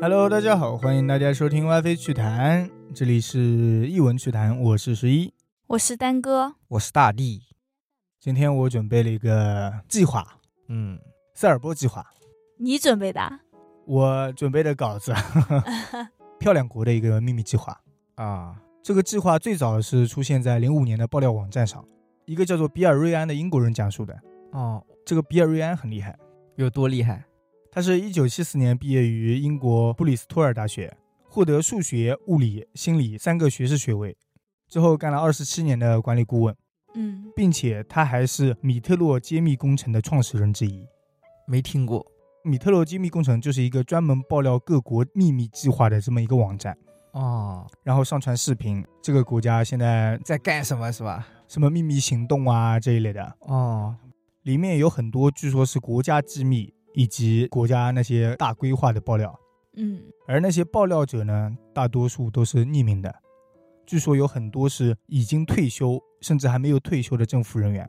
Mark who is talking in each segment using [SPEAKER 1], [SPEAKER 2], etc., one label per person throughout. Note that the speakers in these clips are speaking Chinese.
[SPEAKER 1] Hello，大家好，欢迎大家收听 WiFi 趣谈，这里是译文趣谈，我是十一。
[SPEAKER 2] 我是丹哥，
[SPEAKER 3] 我是大力。
[SPEAKER 1] 今天我准备了一个计划，
[SPEAKER 3] 嗯，
[SPEAKER 1] 塞尔波计划，
[SPEAKER 2] 你准备的啊？
[SPEAKER 1] 我准备的稿子，啊 漂亮国的一个秘密计划。
[SPEAKER 3] 啊，
[SPEAKER 1] 这个计划最早是出现在零五年的爆料网站上，一个叫做比尔瑞安的英国人讲述的。
[SPEAKER 3] 哦，
[SPEAKER 1] 这个比尔瑞安很厉害，
[SPEAKER 3] 有多厉害？
[SPEAKER 1] 他是一九七四年毕业于英国布里斯托尔大学，获得数学、物理、心理三个学士学位，之后干了二十七年的管理顾问，
[SPEAKER 2] 嗯，
[SPEAKER 1] 并且他还是米特洛揭秘工程的创始人之一。
[SPEAKER 3] 没听过。
[SPEAKER 1] 米特洛揭秘工程就是一个专门爆料各国秘密计划的这么一个网站，
[SPEAKER 3] 哦，
[SPEAKER 1] 然后上传视频，这个国家现在
[SPEAKER 3] 在干什么是吧？
[SPEAKER 1] 什么秘密行动啊这一类的，
[SPEAKER 3] 哦，
[SPEAKER 1] 里面有很多据说是国家机密以及国家那些大规划的爆料，
[SPEAKER 2] 嗯，
[SPEAKER 1] 而那些爆料者呢，大多数都是匿名的，据说有很多是已经退休甚至还没有退休的政府人员，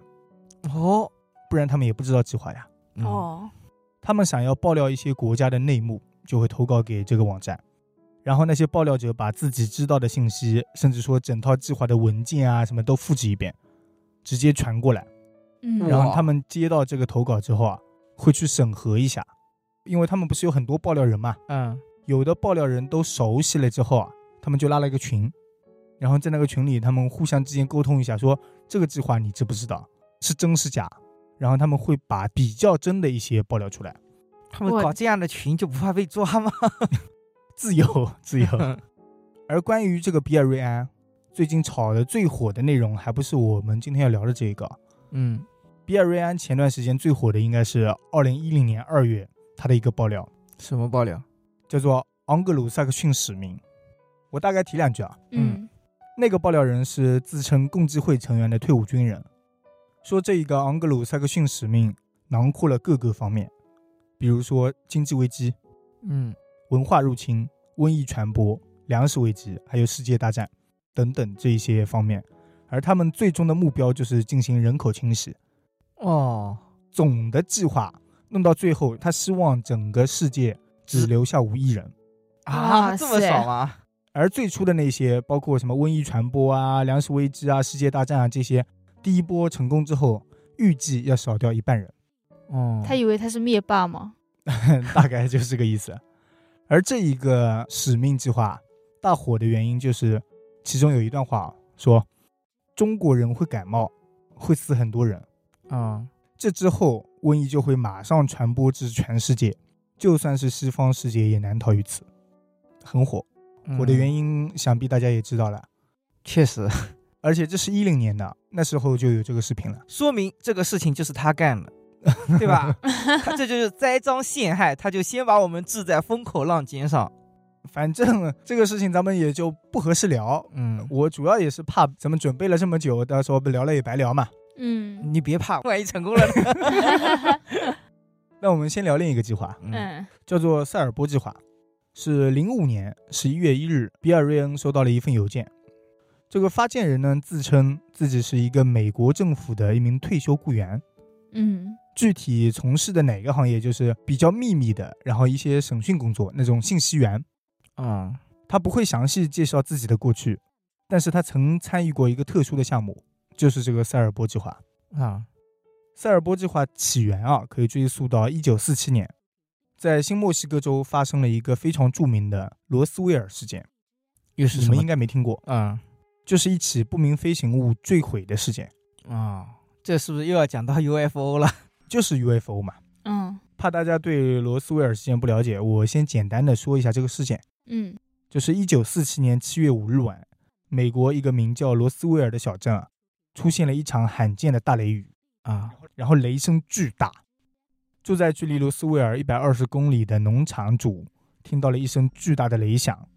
[SPEAKER 3] 哦，
[SPEAKER 1] 不然他们也不知道计划呀。
[SPEAKER 3] 嗯，
[SPEAKER 2] 哦，
[SPEAKER 1] 他们想要爆料一些国家的内幕，就会投稿给这个网站，然后那些爆料者把自己知道的信息，甚至说整套计划的文件啊什么都复制一遍，直接传过来。
[SPEAKER 2] 嗯，
[SPEAKER 1] 然后
[SPEAKER 3] 哇
[SPEAKER 1] 他们接到这个投稿之后啊，会去审核一下，因为他们不是有很多爆料人嘛，
[SPEAKER 3] 嗯，
[SPEAKER 1] 有的爆料人都熟悉了之后啊，他们就拉了一个群，然后在那个群里，他们互相之间沟通一下说，这个计划你知不知道是真是假，然后他们会把比较真的一些爆料出来，
[SPEAKER 3] 他们
[SPEAKER 2] 我
[SPEAKER 3] 搞这样的群就不怕被抓 吗？
[SPEAKER 1] 自由 自由。而关于这个比尔瑞安，最近炒的最火的内容，还不是我们今天要聊的这个。
[SPEAKER 3] 嗯，
[SPEAKER 1] 比尔瑞安前段时间最火的应该是二零一零年二月他的一个爆料，
[SPEAKER 3] 什么爆料？
[SPEAKER 1] 叫做昂格鲁萨克逊使命。我大概提两句啊，
[SPEAKER 2] 嗯，
[SPEAKER 1] 那个爆料人是自称共济会成员的退伍军人，说这一个昂格鲁萨克逊使命囊括了各个方面，比如说经济危机、
[SPEAKER 3] 嗯，
[SPEAKER 1] 文化入侵、瘟疫传播、粮食危机，还有世界大战等等这一些方面。而他们最终的目标就是进行人口清洗。
[SPEAKER 3] 哦，
[SPEAKER 1] 总的计划弄到最后，他希望整个世界只留下五亿人。
[SPEAKER 2] 哇
[SPEAKER 3] 啊，这么
[SPEAKER 2] 塞
[SPEAKER 3] 少吗？
[SPEAKER 1] 而最初的那些，包括什么瘟疫传播啊、粮食危机啊、世界大战啊这些，第一波成功之后，预计要少掉一半人，
[SPEAKER 3] 哦，
[SPEAKER 2] 他以为他是灭霸吗？
[SPEAKER 1] 大概就是这个意思。而这一个使命计划大火的原因，就是其中有一段话说，中国人会感冒，会死很多人，
[SPEAKER 3] 啊，
[SPEAKER 1] 这之后瘟疫就会马上传播至全世界，就算是西方世界也难逃于此。很火，火的
[SPEAKER 3] 因
[SPEAKER 1] 原因想必大家也知道了。
[SPEAKER 3] 嗯确实
[SPEAKER 1] 而且这是一零年的，那时候就有这个视频了。
[SPEAKER 3] 说明这个事情就是他干 的，对吧？他这就是栽赃陷害，他就先把我们置在风口浪尖上。
[SPEAKER 1] 反正这个事情咱们也就不合适聊。
[SPEAKER 3] 嗯，
[SPEAKER 1] 我主要也是怕咱们准备了这么久，到时候不聊了也白聊嘛。
[SPEAKER 2] 嗯，
[SPEAKER 3] 你别怕，万一成功了呢？
[SPEAKER 1] 那我们先聊另一个计划，
[SPEAKER 3] 嗯
[SPEAKER 2] 嗯，
[SPEAKER 1] 叫做塞尔波计划，是零五年十一月一日，比尔瑞恩收到了一份邮件。这个发件人呢，自称自己是一个美国政府的一名退休雇员，
[SPEAKER 2] 嗯，
[SPEAKER 1] 具体从事的哪个行业就是比较秘密的，然后一些审讯工作那种信息源。
[SPEAKER 3] 嗯
[SPEAKER 1] 他不会详细介绍自己的过去，但是他曾参与过一个特殊的项目，就是这个塞尔波计划。
[SPEAKER 3] 啊
[SPEAKER 1] 塞尔波计划起源啊，可以追溯到一九四七年，在新墨西哥州发生了一个非常著名的罗斯威尔事件，
[SPEAKER 3] 又
[SPEAKER 1] 你们应该没听过，
[SPEAKER 3] 嗯
[SPEAKER 1] 就是一起不明飞行物坠毁的事件，
[SPEAKER 3] 啊，这是不是又要讲到 UFO 了？
[SPEAKER 1] 就是 UFO 嘛。
[SPEAKER 2] 嗯，
[SPEAKER 1] 怕大家对罗斯威尔事件不了解，我先简单的说一下这个事件。
[SPEAKER 2] 嗯，
[SPEAKER 1] 就是一九四七年七月五日晚，美国一个名叫罗斯威尔的小镇啊，出现了一场罕见的大雷雨，
[SPEAKER 3] 啊
[SPEAKER 1] 然后雷声巨大。就在距离罗斯威尔一百二十公里的农场主听到了一声巨大的雷响，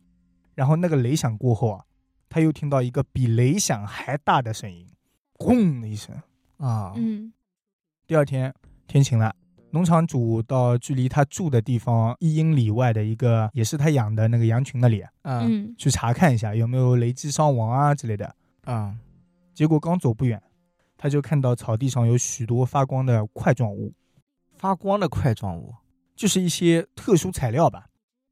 [SPEAKER 1] 然后那个雷响过后啊，他又听到一个比雷响还大的声音，轰的一声。
[SPEAKER 3] 啊
[SPEAKER 2] 嗯，
[SPEAKER 1] 第二天天晴了，农场主到距离他住的地方一英里外的一个也是他养的那个羊群那里啊
[SPEAKER 3] 嗯
[SPEAKER 2] 嗯，
[SPEAKER 1] 去查看一下有没有雷击伤亡啊之类的。
[SPEAKER 3] 啊
[SPEAKER 1] 结果刚走不远，他就看到草地上有许多发光的块状物，
[SPEAKER 3] 发光的块状物
[SPEAKER 1] 就是一些特殊材料吧，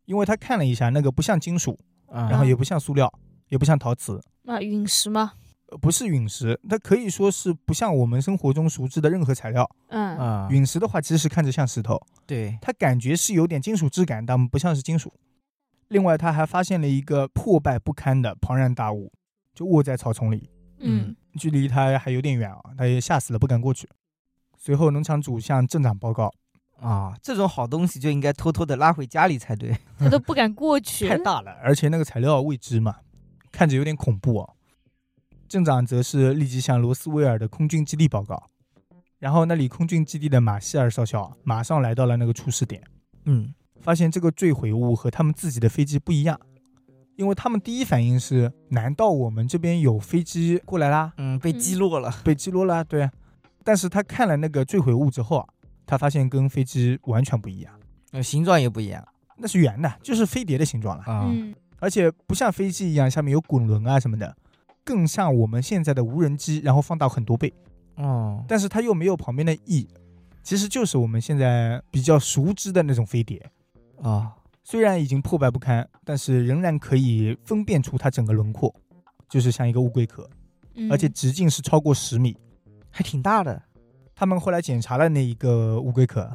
[SPEAKER 1] 因为他看了一下，那个不像金属，
[SPEAKER 3] 啊
[SPEAKER 1] 然后也不像塑料，也不像陶瓷，
[SPEAKER 2] 那啊陨石吗？
[SPEAKER 1] 呃不是陨石，它可以说是不像我们生活中熟知的任何材料。
[SPEAKER 2] 嗯
[SPEAKER 3] 啊，
[SPEAKER 1] 陨石的话，其实看着像石头，
[SPEAKER 3] 对，
[SPEAKER 1] 它感觉是有点金属质感，但不像是金属。另外，他还发现了一个破败不堪的庞然大物，就卧在草丛里，
[SPEAKER 2] 嗯
[SPEAKER 1] 距离他还有点远啊，他也吓死了，不敢过去。随后，农场主向镇长报告，
[SPEAKER 3] 啊，这种好东西就应该偷偷的拉回家里才对。
[SPEAKER 2] 他都不敢过去
[SPEAKER 1] 太。大了，而且那个材料未知嘛，看着有点恐怖哦。镇长则是立即向罗斯威尔的空军基地报告，然后那里空军基地的马歇尔少校啊马上来到了那个出事点，
[SPEAKER 3] 嗯
[SPEAKER 1] 发现这个坠毁物和他们自己的飞机不一样，因为他们第一反应是：难道我们这边有飞机过来啦？
[SPEAKER 3] 嗯，被击落了。
[SPEAKER 1] 被击落啦？对啊。但是他看了那个坠毁物之后啊，他发现跟飞机完全不一样，
[SPEAKER 3] 呃形状也不一样
[SPEAKER 1] 那是圆的，就是飞碟的形状了。
[SPEAKER 3] 啊
[SPEAKER 2] 嗯
[SPEAKER 1] 而且不像飞机一样下面有滚轮啊什么的，更像我们现在的无人机，然后放大很多倍。
[SPEAKER 3] 哦，
[SPEAKER 1] 但是它又没有旁边的翼，其实就是我们现在比较熟知的那种飞碟。
[SPEAKER 3] 啊，
[SPEAKER 1] 虽然已经破败不堪，但是仍然可以分辨出它整个轮廓，就是像一个乌龟壳，
[SPEAKER 2] 嗯，
[SPEAKER 1] 而且直径是超过十米。
[SPEAKER 3] 还挺大的。
[SPEAKER 1] 他们后来检查了那一个乌龟壳，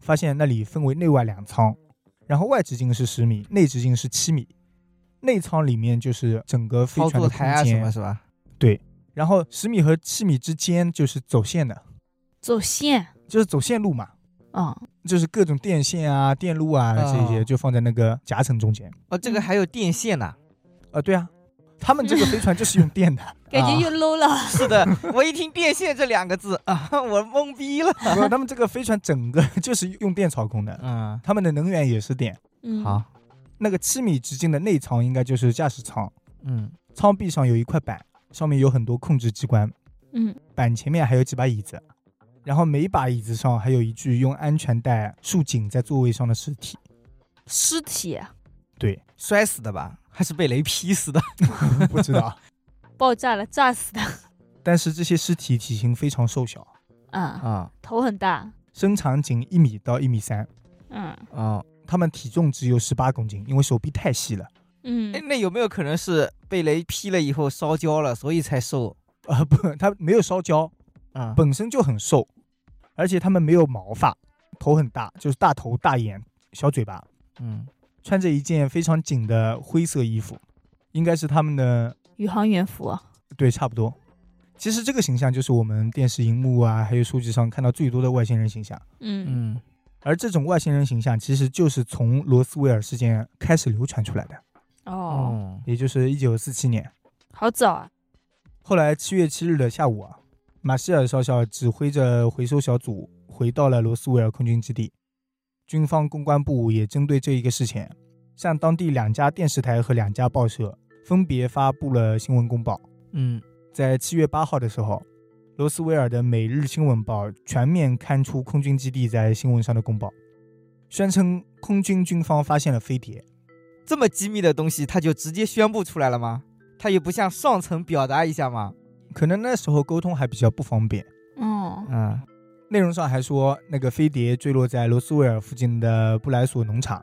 [SPEAKER 1] 发现那里分为内外两舱，然后外直径是十米，内直径是七米。内舱里面就是整个飞
[SPEAKER 3] 操
[SPEAKER 1] 船
[SPEAKER 3] 作
[SPEAKER 1] 的
[SPEAKER 3] 台啊
[SPEAKER 1] 空
[SPEAKER 3] 什
[SPEAKER 1] 间
[SPEAKER 3] 么，是吧？
[SPEAKER 1] 然后十米和七米之间就是走线的，
[SPEAKER 2] 走线
[SPEAKER 1] 就是走线路嘛，
[SPEAKER 2] 啊，
[SPEAKER 1] 就是各种电线啊、电路啊
[SPEAKER 3] 哦
[SPEAKER 1] 这些，就放在那个夹层中间。
[SPEAKER 3] 哦，这个还有电线呐、
[SPEAKER 1] 啊，对啊，他们这个飞船就是用 电的，
[SPEAKER 2] 感觉
[SPEAKER 3] 啊
[SPEAKER 2] 又 low 了。
[SPEAKER 3] 是的，我一听电线这两个字啊，我懵逼了。
[SPEAKER 1] 不他们这个飞船整个 就是用电操控的，
[SPEAKER 3] 嗯，
[SPEAKER 1] 他们的能源也是电。
[SPEAKER 2] 嗯，
[SPEAKER 3] 好，，
[SPEAKER 1] 那个七米直径的内舱应该就是驾驶舱，
[SPEAKER 3] 嗯
[SPEAKER 1] 舱壁上有一块板，上面有很多控制机关，
[SPEAKER 2] 嗯
[SPEAKER 1] 板前面还有几把椅子，然后每把椅子上还有一具用安全带束紧在座位上的尸体。
[SPEAKER 2] 尸体
[SPEAKER 1] 对，
[SPEAKER 3] 摔死的吧？还是被雷劈死的？
[SPEAKER 1] 不知道。啊
[SPEAKER 2] 爆炸了，炸死的
[SPEAKER 1] 但是这些尸体体型非常瘦小，
[SPEAKER 2] 啊，
[SPEAKER 3] 啊
[SPEAKER 2] 头很大，
[SPEAKER 1] 身长仅一米到一米三，
[SPEAKER 2] 嗯
[SPEAKER 3] 啊！
[SPEAKER 1] 他们体重只有十八公斤，因为手臂太细了。
[SPEAKER 3] 哎，
[SPEAKER 2] 嗯
[SPEAKER 3] 那有没有可能是被雷劈了以后烧焦了，所以才瘦？
[SPEAKER 1] 啊、不，他没有烧焦，
[SPEAKER 3] 啊
[SPEAKER 1] 本身就很瘦，而且他们没有毛发，头很大，就是大头大眼小嘴巴，
[SPEAKER 3] 嗯，
[SPEAKER 1] 穿着一件非常紧的灰色衣服，应该是他们的
[SPEAKER 2] 宇航员服啊，
[SPEAKER 1] 对，差不多。其实这个形象就是我们电视荧幕啊，还有书籍上看到最多的外星人形象。
[SPEAKER 2] 嗯
[SPEAKER 3] 嗯
[SPEAKER 1] 而这种外星人形象其实就是从罗斯威尔事件开始流传出来的。
[SPEAKER 3] 嗯
[SPEAKER 2] 哦，，
[SPEAKER 1] 也就是一九四七年。
[SPEAKER 2] 好早啊，
[SPEAKER 1] 后来七月七日的下午啊，马歇尔少校指挥着回收小组回到了罗斯维尔空军基地，军方公关部也针对这一个事情，向当地两家电视台和两家报社分别发布了新闻公报。
[SPEAKER 3] 嗯
[SPEAKER 1] 在七月八号的时候，罗斯维尔的《每日新闻报》全面刊出空军基地在新闻上的公报，宣称空军军方发现了飞碟。
[SPEAKER 3] 这么机密的东西，他就直接宣布出来了吗？他也不向上层表达一下吗？
[SPEAKER 1] 可能那时候沟通还比较不方便。
[SPEAKER 2] 哦，
[SPEAKER 3] 嗯
[SPEAKER 1] 内容上还说，那个飞碟坠落在罗斯威尔附近的布莱索农场，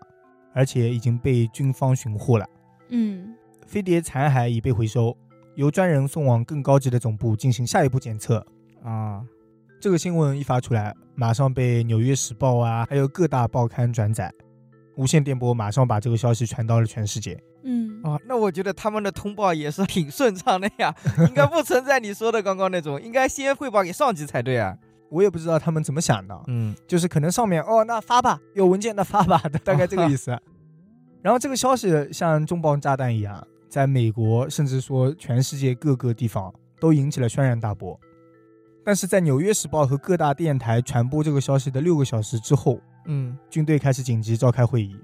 [SPEAKER 1] 而且已经被军方寻获了。
[SPEAKER 2] 嗯
[SPEAKER 1] 飞碟残骸已被回收，由专人送往更高级的总部进行下一步检测。
[SPEAKER 3] 啊
[SPEAKER 1] 这个新闻一发出来，马上被《纽约时报》啊，还有各大报刊转载。无线电波马上把这个消息传到了全世界。
[SPEAKER 2] 嗯
[SPEAKER 3] 啊！那我觉得他们的通报也是挺顺畅的呀，应该不存在你说的刚刚那种，应该先汇报给上级才对啊。
[SPEAKER 1] 我也不知道他们怎么想的，
[SPEAKER 3] 嗯
[SPEAKER 1] 就是可能上面哦，那发吧，有文件那发吧，大概这个意思。啊然后这个消息像重磅炸弹一样，在美国甚至说全世界各个地方都引起了轩然大波。但是在《纽约时报》和各大电台传播这个消息的六个小时之后，
[SPEAKER 3] 嗯
[SPEAKER 1] 军队开始紧急召开会议。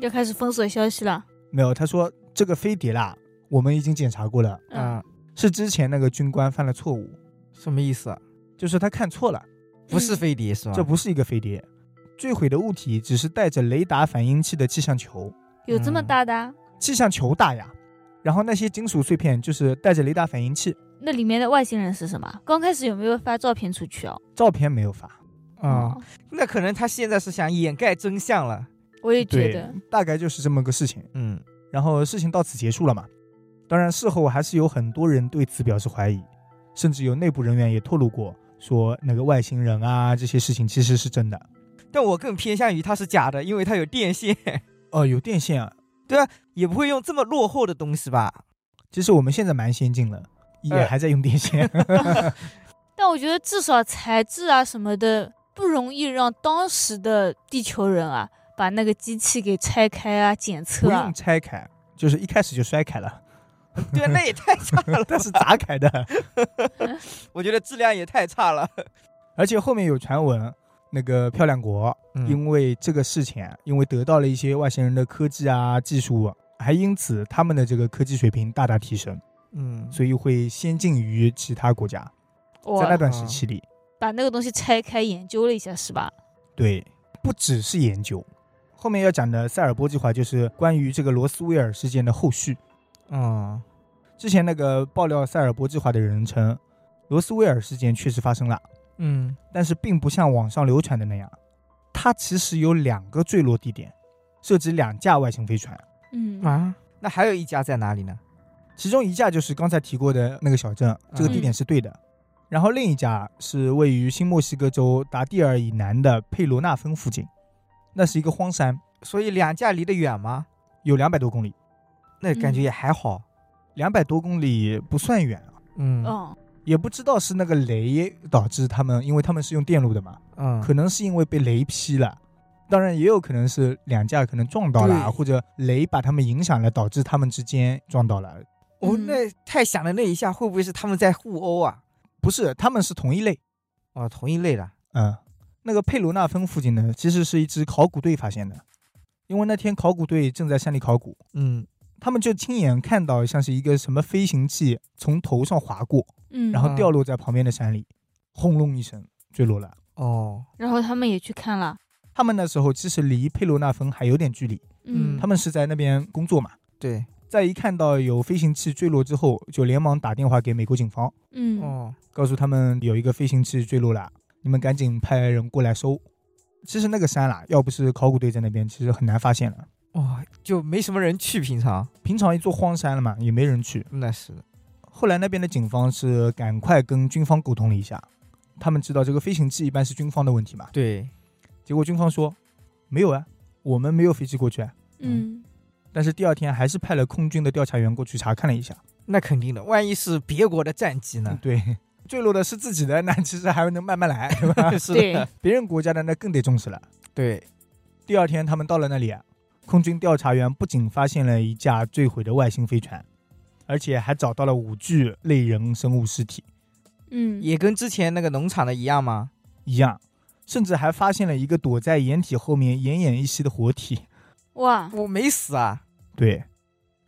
[SPEAKER 2] 要开始封锁消息了，
[SPEAKER 1] 没有，他说这个飞碟啦，我们已经检查过了，
[SPEAKER 2] 嗯
[SPEAKER 3] 啊，
[SPEAKER 1] 是之前那个军官犯了错误，
[SPEAKER 3] 什么意思？啊？
[SPEAKER 1] 就是他看错了，
[SPEAKER 3] 不
[SPEAKER 2] 嗯
[SPEAKER 3] 是飞碟是吧？
[SPEAKER 1] 这不是一个飞碟。坠毁的物体只是带着雷达反应器的气象球，
[SPEAKER 2] 有这么大的啊？
[SPEAKER 1] 气象球大呀，然后那些金属碎片就是带着雷达反应器，
[SPEAKER 2] 那里面的外星人是什么？刚开始有没有发照片出去哦？哦
[SPEAKER 1] 照片没有发，
[SPEAKER 3] 啊啊，，那可能他现在是想掩盖真相了，
[SPEAKER 2] 我也觉
[SPEAKER 1] 对
[SPEAKER 2] 得，
[SPEAKER 1] 嗯大概就是这么个事情。
[SPEAKER 3] 嗯
[SPEAKER 1] 然后事情到此结束了嘛。当然，事后还是有很多人对此表示怀疑，甚至有内部人员也透露过，说那个外星人啊这些事情其实是真的。
[SPEAKER 3] 但我更偏向于它是假的，因为它有电线，
[SPEAKER 1] 哦、有电线啊！
[SPEAKER 3] 也不会用这么落后的东西吧？
[SPEAKER 1] 其实我们现在蛮先进了，也
[SPEAKER 3] 哎
[SPEAKER 1] 还在用电 线。
[SPEAKER 2] 但我觉得至少材质啊什么的不容易让当时的地球人啊把那个机器给拆开啊检
[SPEAKER 1] 不
[SPEAKER 2] 测啊
[SPEAKER 1] 用。拆开，就是一开始就摔开了，，
[SPEAKER 3] 对，啊那也太差了
[SPEAKER 1] 但是砸开 的。
[SPEAKER 3] 我觉得质量也太差了。
[SPEAKER 1] 而且后面有传闻，那个漂亮国
[SPEAKER 2] 嗯
[SPEAKER 1] 因为这个事情啊，因为得到了一些外星人的科技啊技术，还因此他们的这个科技水平大大提升，
[SPEAKER 3] 嗯，
[SPEAKER 1] 所以会先进于其他国家。在那
[SPEAKER 2] 哇，
[SPEAKER 1] 段时期里，
[SPEAKER 2] 把那个东西拆开研究了一下是吧？
[SPEAKER 1] 对，不只是研究。后面要讲的塞尔波计划就是关于这个罗斯威尔事件的后续。
[SPEAKER 3] 嗯
[SPEAKER 1] 之前那个爆料塞尔波计划的人称，罗斯威尔事件确实发生了，
[SPEAKER 3] 嗯
[SPEAKER 1] 但是并不像网上流传的那样，它其实有两个坠落地点，涉及两架外星飞船，
[SPEAKER 2] 嗯，
[SPEAKER 3] 啊，那还有一家在哪里呢？
[SPEAKER 1] 其中一架就是刚才提过的那个小镇，这个地点是对的。然后另一架是位于新墨西哥州达蒂尔以南的佩罗纳峰附近，那是一个荒山，
[SPEAKER 3] 所以两家离得远吗？
[SPEAKER 1] 有两百多公里。
[SPEAKER 3] 那感觉也还好。
[SPEAKER 1] 两百多公里不算远啊，
[SPEAKER 3] 嗯
[SPEAKER 2] 嗯，
[SPEAKER 1] 也不知道是那个雷导致他们，因为他们是用电路的嘛，
[SPEAKER 3] 嗯
[SPEAKER 1] 可能是因为被雷劈了，当然也有可能是两架可能撞到了，啊
[SPEAKER 3] 对
[SPEAKER 1] 或者雷把他们影响了，导致他们之间撞到了。
[SPEAKER 3] 哦，
[SPEAKER 2] 嗯
[SPEAKER 3] 那太响的那一下会不会是他们在互殴啊？
[SPEAKER 1] 不是，他们是同一类。
[SPEAKER 3] 哦，同一类的。
[SPEAKER 1] 嗯，那个佩罗纳峰附近呢，其实是一支考古队发现的，因为那天考古队正在山里考古，
[SPEAKER 3] 嗯，
[SPEAKER 1] 他们就亲眼看到像是一个什么飞行器从头上划过，
[SPEAKER 2] 嗯，
[SPEAKER 1] 然后掉落在旁边的山里，轰隆一声坠落了。
[SPEAKER 3] 哦，
[SPEAKER 2] 然后他们也去看了，
[SPEAKER 1] 他们那时候其实离佩罗纳峰还有点距离，
[SPEAKER 2] 嗯，
[SPEAKER 1] 他们是在那边工作嘛。
[SPEAKER 3] 对，
[SPEAKER 1] 在一看到有飞行器坠落之后，就连忙打电话给美国警方，
[SPEAKER 2] 嗯，
[SPEAKER 3] 哦，
[SPEAKER 1] 告诉他们有一个飞行器坠落了，你们赶紧派人过来收。其实那个山啦，要不是考古队在那边，其实很难发现了。
[SPEAKER 3] 哦，就没什么人去，平常
[SPEAKER 1] 平常一座荒山了嘛，也没人去。
[SPEAKER 3] 那是的。
[SPEAKER 1] 后来那边的警方是赶快跟军方沟通了一下，他们知道这个飞行器一般是军方的问题嘛，
[SPEAKER 3] 对，
[SPEAKER 1] 结果军方说没有啊，我们没有飞机过去啊。
[SPEAKER 2] 嗯，
[SPEAKER 1] 但是第二天还是派了空军的调查员过去查看了一下。
[SPEAKER 3] 那肯定的，万一是别国的战机呢？
[SPEAKER 1] 对，坠落的是自己的，那其实还能慢慢来， 对吧？
[SPEAKER 3] 是
[SPEAKER 2] 对
[SPEAKER 3] 的，，
[SPEAKER 1] 别人国家的那更得重视了。
[SPEAKER 3] 对，
[SPEAKER 1] 第二天他们到了那里啊，空军调查员不仅发现了一架坠毁的外星飞船，而且还找到了五具类人生物尸体，
[SPEAKER 2] 嗯，
[SPEAKER 3] 也跟之前那个农场的一样吗？
[SPEAKER 1] 一样，甚至还发现了一个躲在掩体后面奄奄一息的活体。
[SPEAKER 2] 哇，
[SPEAKER 3] 我没死啊！
[SPEAKER 1] 对，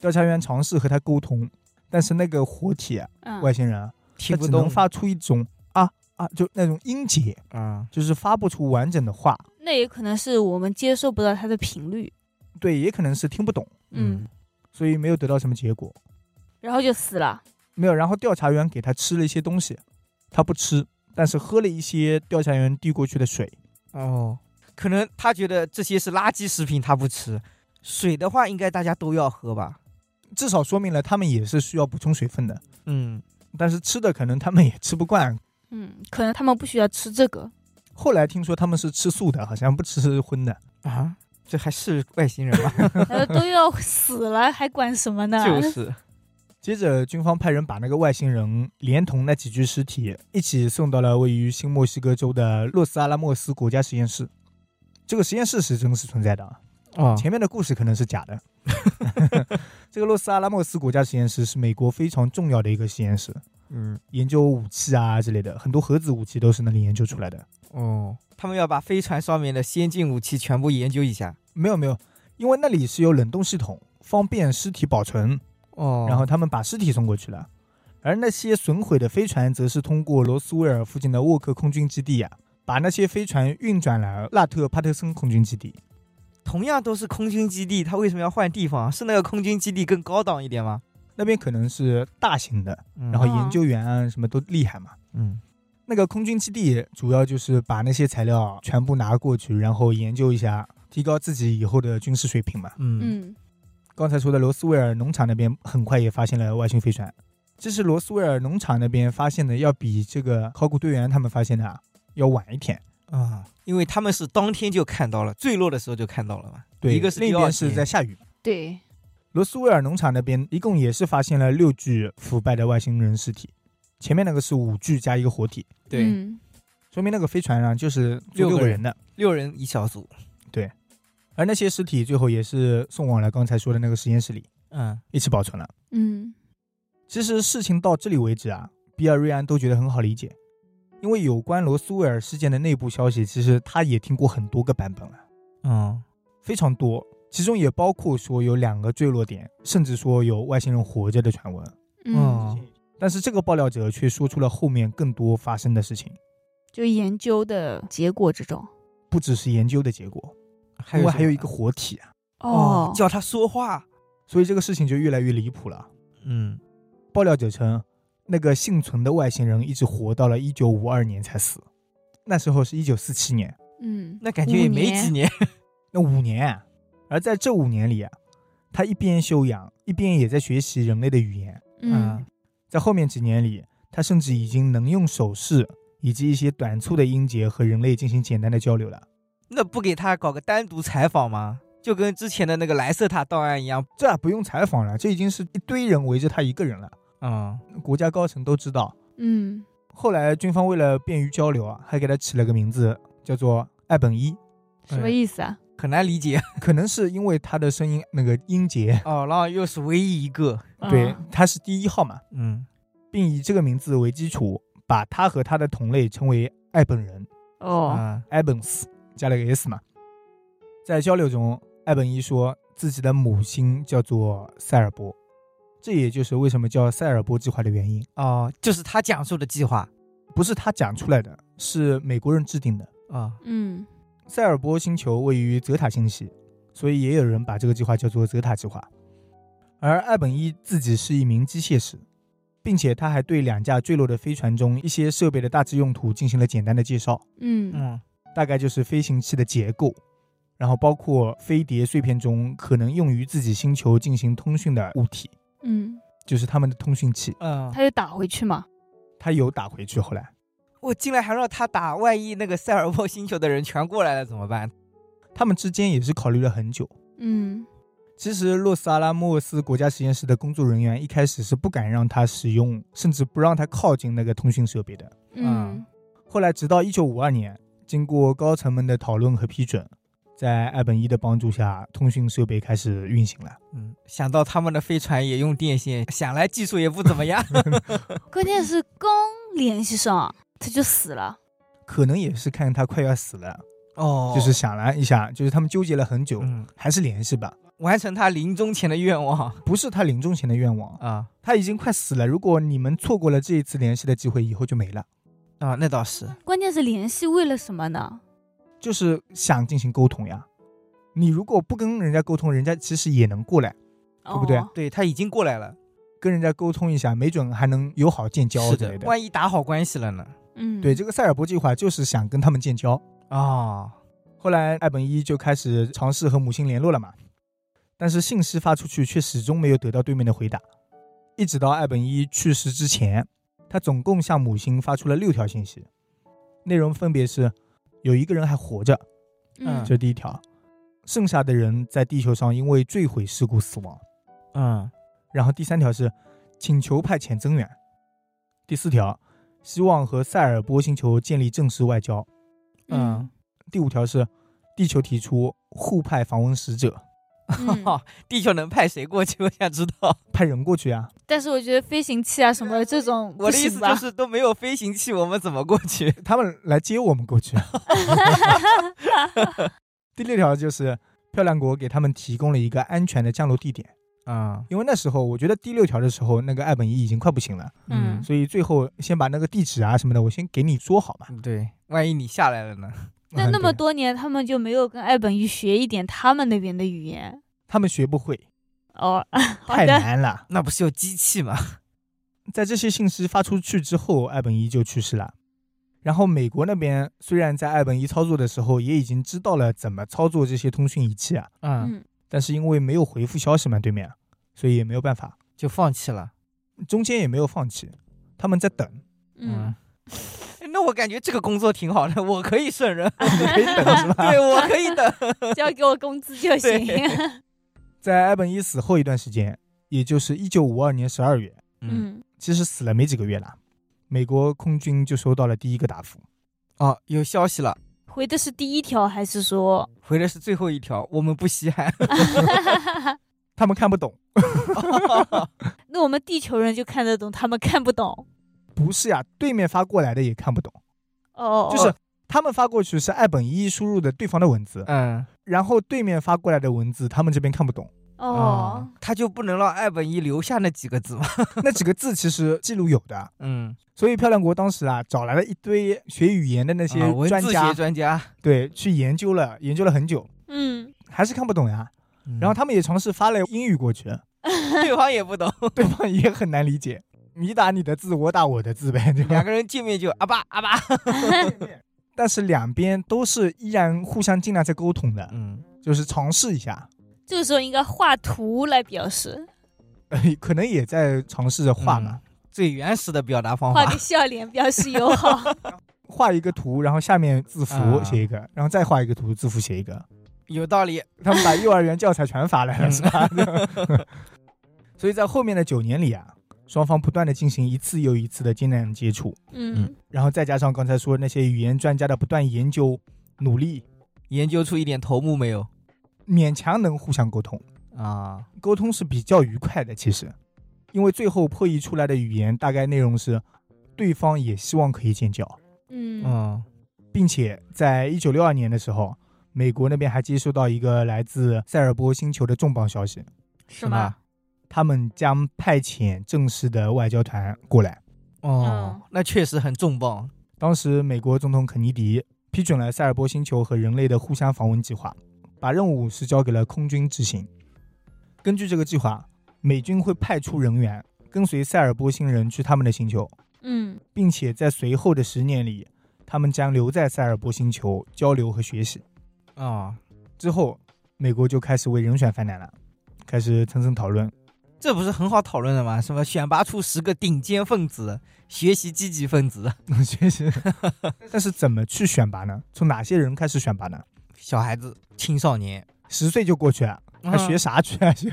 [SPEAKER 1] 调查员尝试和他沟通，但是那个活体啊、
[SPEAKER 2] 嗯，
[SPEAKER 1] 外星人啊，
[SPEAKER 3] 听
[SPEAKER 1] 他
[SPEAKER 3] 不
[SPEAKER 1] 只能
[SPEAKER 3] 懂
[SPEAKER 1] 发出一种啊啊，就那种音节，
[SPEAKER 3] 啊，
[SPEAKER 1] 就是发不出完整的话。
[SPEAKER 2] 那也可能是我们接受不到它的频率，
[SPEAKER 1] 对，也可能是听不懂，
[SPEAKER 2] 嗯，
[SPEAKER 1] 所以没有得到什么结果。
[SPEAKER 2] 然后就死了，
[SPEAKER 1] 没有，然后调查员给他吃了一些东西，他不吃，但是喝了一些调查员递过去的水。
[SPEAKER 3] 哦，可能他觉得这些是垃圾食品，他不吃。水的话，应该大家都要喝吧？
[SPEAKER 1] 至少说明了他们也是需要补充水分的，
[SPEAKER 3] 嗯，
[SPEAKER 1] 但是吃的可能他们也吃不惯。
[SPEAKER 2] 嗯，可能他们不需要吃这个，
[SPEAKER 1] 后来听说他们是吃素的，好像不吃荤的。
[SPEAKER 3] 啊，这还是外星人 吗？
[SPEAKER 2] 呃，都要死了还管什么呢？
[SPEAKER 3] 就是，
[SPEAKER 1] 接着，军方派人把那个外星人连同那几具尸体一起送到了位于新墨西哥州的洛斯阿拉莫斯国家实验室。这个实验室是真实存在的啊，
[SPEAKER 3] 哦
[SPEAKER 1] 前面的故事可能是假的。 这个洛斯阿拉莫斯国家实验室是美国非常重要的一个实验室，
[SPEAKER 3] 嗯，
[SPEAKER 1] 研究武器啊之类的，很多核子武器都是那里研究出来的。
[SPEAKER 3] 哦，他们要把飞船上面的先进武器全部研究一下。
[SPEAKER 1] 没有没有，因为那里是有冷冻系统，方便尸体保存，
[SPEAKER 3] 哦
[SPEAKER 1] 然后他们把尸体送过去了。而那些损毁的飞船，则是通过罗斯威尔附近的沃克空军基地啊，把那些飞船运转来纳特帕特森空军基地。
[SPEAKER 3] 同样都是空军基地，他为什么要换地方？是那个空军基地更高档一点吗？
[SPEAKER 1] 那边可能是大型的，
[SPEAKER 3] 然
[SPEAKER 1] 然后
[SPEAKER 2] 嗯
[SPEAKER 1] 研究员啊什么都厉害嘛。
[SPEAKER 3] 嗯，
[SPEAKER 1] 那个空军基地主要就是把那些材料全部拿过去，然后研究一下，提高自己以后的军事水平嘛。
[SPEAKER 3] 嗯
[SPEAKER 2] 嗯
[SPEAKER 1] 刚才说的罗斯威尔农场那边很快也发现了外星飞船，这是罗斯威尔农场那边发现的，要比这个考古队员他们发现的啊要晚一天。
[SPEAKER 3] 啊，因为他们是当天就看到了，坠落的时候就看到了嘛。
[SPEAKER 1] 对，
[SPEAKER 3] 一个是
[SPEAKER 1] 那
[SPEAKER 3] 第二
[SPEAKER 1] 边是
[SPEAKER 3] 天
[SPEAKER 1] 在下雨。
[SPEAKER 2] 对，嗯
[SPEAKER 1] 罗斯威尔农场那边一共也是发现了六具腐败的外星人尸体，前面那个是五具加一个活体，
[SPEAKER 3] 对，
[SPEAKER 2] 嗯
[SPEAKER 1] 说明那个飞船上就是坐
[SPEAKER 3] 六
[SPEAKER 1] 六个
[SPEAKER 3] 个人
[SPEAKER 1] 人的。
[SPEAKER 3] 六人一小组。
[SPEAKER 1] 而那些尸体最后也是送往了刚才说的那个实验室里，
[SPEAKER 3] 嗯
[SPEAKER 1] 一起保存了。
[SPEAKER 2] 嗯
[SPEAKER 1] 其实事情到这里为止啊，比尔瑞安都觉得很好理解，因为有关罗斯威尔事件的内部消息，其实他也听过很多个版本了，
[SPEAKER 3] 嗯
[SPEAKER 1] 非常多，其中也包括说有两个坠落点，甚至说有外星人活着的传闻。哦
[SPEAKER 2] 嗯，
[SPEAKER 3] 嗯
[SPEAKER 1] 但是这个爆料者却说出了后面更多发生的事情，
[SPEAKER 2] 就研究的结果这种。
[SPEAKER 1] 不只是研究的结果，
[SPEAKER 3] 还
[SPEAKER 1] 因
[SPEAKER 3] 有
[SPEAKER 1] 为
[SPEAKER 3] 什
[SPEAKER 1] 还有
[SPEAKER 3] 么
[SPEAKER 1] 一个活体啊，
[SPEAKER 3] 哦，叫他说话。
[SPEAKER 1] 所以这个事情就越来越离谱了。
[SPEAKER 3] 嗯，
[SPEAKER 1] 爆料者称，那个幸存的外星人一直活到了一九五二年才死，那时候是一九四七年，
[SPEAKER 2] 嗯，
[SPEAKER 3] 那感觉也
[SPEAKER 2] 五
[SPEAKER 3] 没
[SPEAKER 2] 年
[SPEAKER 3] 几年。
[SPEAKER 1] 那五年啊。而在这五年里啊，他一边休养，一边也在学习人类的语言。
[SPEAKER 2] 嗯
[SPEAKER 3] 啊
[SPEAKER 1] 在后面几年里，他甚至已经能用手势以及一些短促的音节和人类进行简单的交流了。
[SPEAKER 3] 那不给他搞个单独采访吗？就跟之前的那个莱瑟塔档案一样。
[SPEAKER 1] 这不用采访了，这已经是一堆人围着他一个人了，
[SPEAKER 3] 嗯
[SPEAKER 1] 国家高层都知道。
[SPEAKER 2] 嗯
[SPEAKER 1] 后来军方为了便于交流啊，还给他起了个名字，叫做艾本一。
[SPEAKER 2] 什么意思啊？
[SPEAKER 3] 很难理解
[SPEAKER 1] 可能是因为他的声音那个音节，
[SPEAKER 3] 哦，然后又是唯一一个，
[SPEAKER 1] 对
[SPEAKER 2] 嗯，
[SPEAKER 1] 他是第一号嘛，
[SPEAKER 3] 嗯，
[SPEAKER 1] 并以这个名字为基础，把他和他的同类称为爱本人
[SPEAKER 2] 哦，
[SPEAKER 3] 啊，
[SPEAKER 1] 艾本斯，加了个 s 嘛。在交流中，艾本一说自己的母星叫做塞尔波，这也就是为什么叫塞尔波计划的原因，
[SPEAKER 3] 哦，就是他讲述的计划
[SPEAKER 1] 不是他讲出来的，是美国人制定的。
[SPEAKER 3] 啊，
[SPEAKER 2] 嗯
[SPEAKER 1] 塞尔波星球位于泽塔星系，所以也有人把这个计划叫做泽塔计划。而艾本一自己是一名机械师，并且他还对两架坠落的飞船中一些设备的大致用途进行了简单的介绍，
[SPEAKER 2] 嗯
[SPEAKER 3] 嗯
[SPEAKER 1] 大概就是飞行器的结构，然后包括飞碟碎片中可能用于自己星球进行通讯的物体，
[SPEAKER 2] 嗯，
[SPEAKER 1] 就是他们的通讯器。
[SPEAKER 3] 嗯，
[SPEAKER 2] 他就打回去嘛。
[SPEAKER 1] 他有打回去，后来
[SPEAKER 3] 我进来还让他打，万一那个塞尔沃星球的人全过来了怎么办？
[SPEAKER 1] 他们之间也是考虑了很久，
[SPEAKER 3] 哦
[SPEAKER 2] 嗯
[SPEAKER 1] 其实，洛斯阿拉莫斯国家实验室的工作人员一开始是不敢让他使用，甚至不让他靠近那个通讯设备的。
[SPEAKER 2] 嗯
[SPEAKER 1] 后来，直到1952年，经过高层们的讨论和批准，在艾本一的帮助下，通讯设备开始运行了。
[SPEAKER 3] 嗯，想到他们的飞船也用电线，想来技术也不怎么 样。
[SPEAKER 2] 关键是刚联系上他就死了。
[SPEAKER 1] 可能也是看他快要死了，
[SPEAKER 3] 哦
[SPEAKER 1] 就是想了一下，就是他们纠结了很久，
[SPEAKER 3] 嗯，
[SPEAKER 1] 还是联系吧。
[SPEAKER 3] 完成他临终前的愿望
[SPEAKER 1] 不是他临终前的愿望，
[SPEAKER 3] 啊
[SPEAKER 1] 他已经快死了。如果你们错过了这一次联系的机会，以后就没了。
[SPEAKER 3] 啊，那倒是，
[SPEAKER 2] 关键是联系为了什么呢？
[SPEAKER 1] 就是想进行沟通呀。你如果不跟人家沟通，人家其实也能过来，
[SPEAKER 2] 对
[SPEAKER 1] 对不对
[SPEAKER 3] 对他已经过来了，
[SPEAKER 1] 跟人家沟通一下，没准还能友好建交之
[SPEAKER 3] 是的
[SPEAKER 1] 类，的。
[SPEAKER 3] 万一打好关系了呢？
[SPEAKER 2] 嗯，
[SPEAKER 1] 对，这个塞尔伯计划就是想跟他们建交。
[SPEAKER 3] 哦，
[SPEAKER 1] 后来艾本一就开始尝试和母星联络了嘛，但是信息发出去却始终没有得到对面的回答。一直到艾本一去世之前，他总共向母星发出了六条信息，内容分别是：有一个人还活着，
[SPEAKER 2] 嗯
[SPEAKER 1] 这是第一条；剩下的人在地球上因为坠毁事故死亡。
[SPEAKER 3] 嗯
[SPEAKER 1] 然后第三条是请求派遣增援，第四条希望和塞尔波星球建立正式外交，
[SPEAKER 3] 嗯，
[SPEAKER 1] 第五条是地球提出互派访问使者，
[SPEAKER 2] 嗯
[SPEAKER 3] 地球能派谁过去？我想知道。
[SPEAKER 1] 派人过去啊。
[SPEAKER 2] 但是我觉得飞行器啊什么的这种
[SPEAKER 3] 我
[SPEAKER 2] 不
[SPEAKER 3] 的意
[SPEAKER 2] 行
[SPEAKER 3] 思
[SPEAKER 2] 吧
[SPEAKER 3] 就？是都没有飞行器，我们怎么过去？
[SPEAKER 1] 他们来接我们过去。啊第六条就是漂亮国给他们提供了一个安全的降落地点，
[SPEAKER 3] 啊，
[SPEAKER 1] 因为那时候我觉得第六条的时候，那个艾本一已经快不行了，
[SPEAKER 2] 嗯
[SPEAKER 1] 所以最后先把那个地址啊什么的，我先给你说好嘛。
[SPEAKER 3] 对，万一你下来了呢？
[SPEAKER 2] 那那么
[SPEAKER 1] 嗯对
[SPEAKER 2] 多年他们就没有跟爱本一学一点他们那边的语言
[SPEAKER 1] 他们学不会，
[SPEAKER 2] 哦。好
[SPEAKER 1] 太
[SPEAKER 2] 的，
[SPEAKER 1] 难了。
[SPEAKER 3] 那不是有机器吗？
[SPEAKER 1] 在这些信息发出去之后，艾本一就去世了。然后美国那边虽然在爱本一操作的时候也已经知道了怎么操作这些通讯仪器啊，
[SPEAKER 3] 嗯，
[SPEAKER 2] 嗯，
[SPEAKER 1] 但是因为没有回复消息嘛，对面，啊所以也没有办法，
[SPEAKER 3] 就放弃了。
[SPEAKER 1] 中间也没有放弃，他们在等，
[SPEAKER 2] 嗯，
[SPEAKER 3] 那我感觉这个工作挺好的， 我可以胜任，
[SPEAKER 1] 你可以等是吧？
[SPEAKER 3] 对我可以等。
[SPEAKER 2] 只要嗯给我工资就行。
[SPEAKER 1] 在爱本一死后一段时间，也就是一九五二年十二月，
[SPEAKER 2] 嗯，
[SPEAKER 1] 其实死了没几个月了，美国空军就收到了第一个答复，
[SPEAKER 3] 哦，有消息了，
[SPEAKER 2] 回的是第一条还是说？
[SPEAKER 3] 回的是最后一条，我们不稀罕。
[SPEAKER 1] 他们看不懂，
[SPEAKER 2] 那我们地球人就看得懂，他们看不懂。
[SPEAKER 1] 不是呀，对面发过来的也看不懂，
[SPEAKER 2] 哦，
[SPEAKER 1] 就是他们发过去是爱本一输入的对方的文字，
[SPEAKER 3] 嗯，
[SPEAKER 1] 然后对面发过来的文字他们这边看不 懂，
[SPEAKER 2] 哦，
[SPEAKER 3] 啊他就不能让爱本一留下那几个字吗？
[SPEAKER 1] 那几个字其实记录有的。
[SPEAKER 3] 嗯，
[SPEAKER 1] 所以漂亮国当时啊，找来了一堆学语言的那些
[SPEAKER 3] 啊文
[SPEAKER 1] 专
[SPEAKER 3] 字
[SPEAKER 1] 家，
[SPEAKER 3] 学专家。
[SPEAKER 1] 对，去研究了，研究了很久，
[SPEAKER 2] 嗯，
[SPEAKER 1] 还是看不懂呀。
[SPEAKER 3] 嗯
[SPEAKER 1] 然后他们也尝试发了英语过去，
[SPEAKER 3] 对方也不懂，
[SPEAKER 1] 对方也很难理解。你打你的字，我打我的字呗，对
[SPEAKER 3] 两
[SPEAKER 1] 吧？
[SPEAKER 3] 个人见面就阿爸阿爸。
[SPEAKER 1] 但是两边都是依然互相尽量在沟通的，
[SPEAKER 3] 嗯，
[SPEAKER 1] 就是尝试一下，
[SPEAKER 2] 这个时候应该画图来表示，
[SPEAKER 1] 呃可能也在尝试着画嘛，
[SPEAKER 3] 最原始的表达方
[SPEAKER 2] 画
[SPEAKER 3] 法
[SPEAKER 2] 个。笑脸表示友好。
[SPEAKER 1] 画一个图，然后下面字符
[SPEAKER 3] 啊
[SPEAKER 1] 写一个，然后再画一个图，字符写一个。
[SPEAKER 3] 有道理。
[SPEAKER 1] 他们把幼儿园教材全发来了，
[SPEAKER 3] 嗯
[SPEAKER 1] 是吧？所以在后面的九年里啊，双方不断的进行一次又一次的艰难接触，
[SPEAKER 2] 嗯
[SPEAKER 1] 然后再加上刚才说那些语言专家的不断研究、努力，
[SPEAKER 3] 研究出一点头目没有？
[SPEAKER 1] 勉强能互相沟通，
[SPEAKER 3] 啊，
[SPEAKER 1] 沟通是比较愉快的。其实，因为最后破译出来的语言大概内容是，对方也希望可以建交，
[SPEAKER 2] 嗯
[SPEAKER 3] 嗯
[SPEAKER 1] 并且在一九六二年的时候，美国那边还接收到一个来自塞尔波星球的重磅消息，
[SPEAKER 2] 是吗？
[SPEAKER 1] 他们将派遣正式的外交团过来。
[SPEAKER 2] 嗯
[SPEAKER 3] 哦，那确实很重磅。
[SPEAKER 1] 当时，美国总统肯尼迪批准了塞尔波星球和人类的互相访问计划，把任务是交给了空军执行。根据这个计划，美军会派出人员跟随塞尔波星人去他们的星球，
[SPEAKER 2] 嗯
[SPEAKER 1] 并且在随后的十年里，他们将留在塞尔波星球交流和学习。
[SPEAKER 3] 啊，
[SPEAKER 1] 之后，美国就开始为人选犯难了，开始层层讨论。
[SPEAKER 3] 这不是很好讨论的吗？什么选拔出十个顶尖分子，学习积极分子，
[SPEAKER 1] 学 习，但是怎么去选拔呢？从哪些人开始选拔呢？
[SPEAKER 3] 小孩子、青少年，
[SPEAKER 1] 十岁就过去啊，还学
[SPEAKER 3] 嗯
[SPEAKER 1] 啥去啊？去、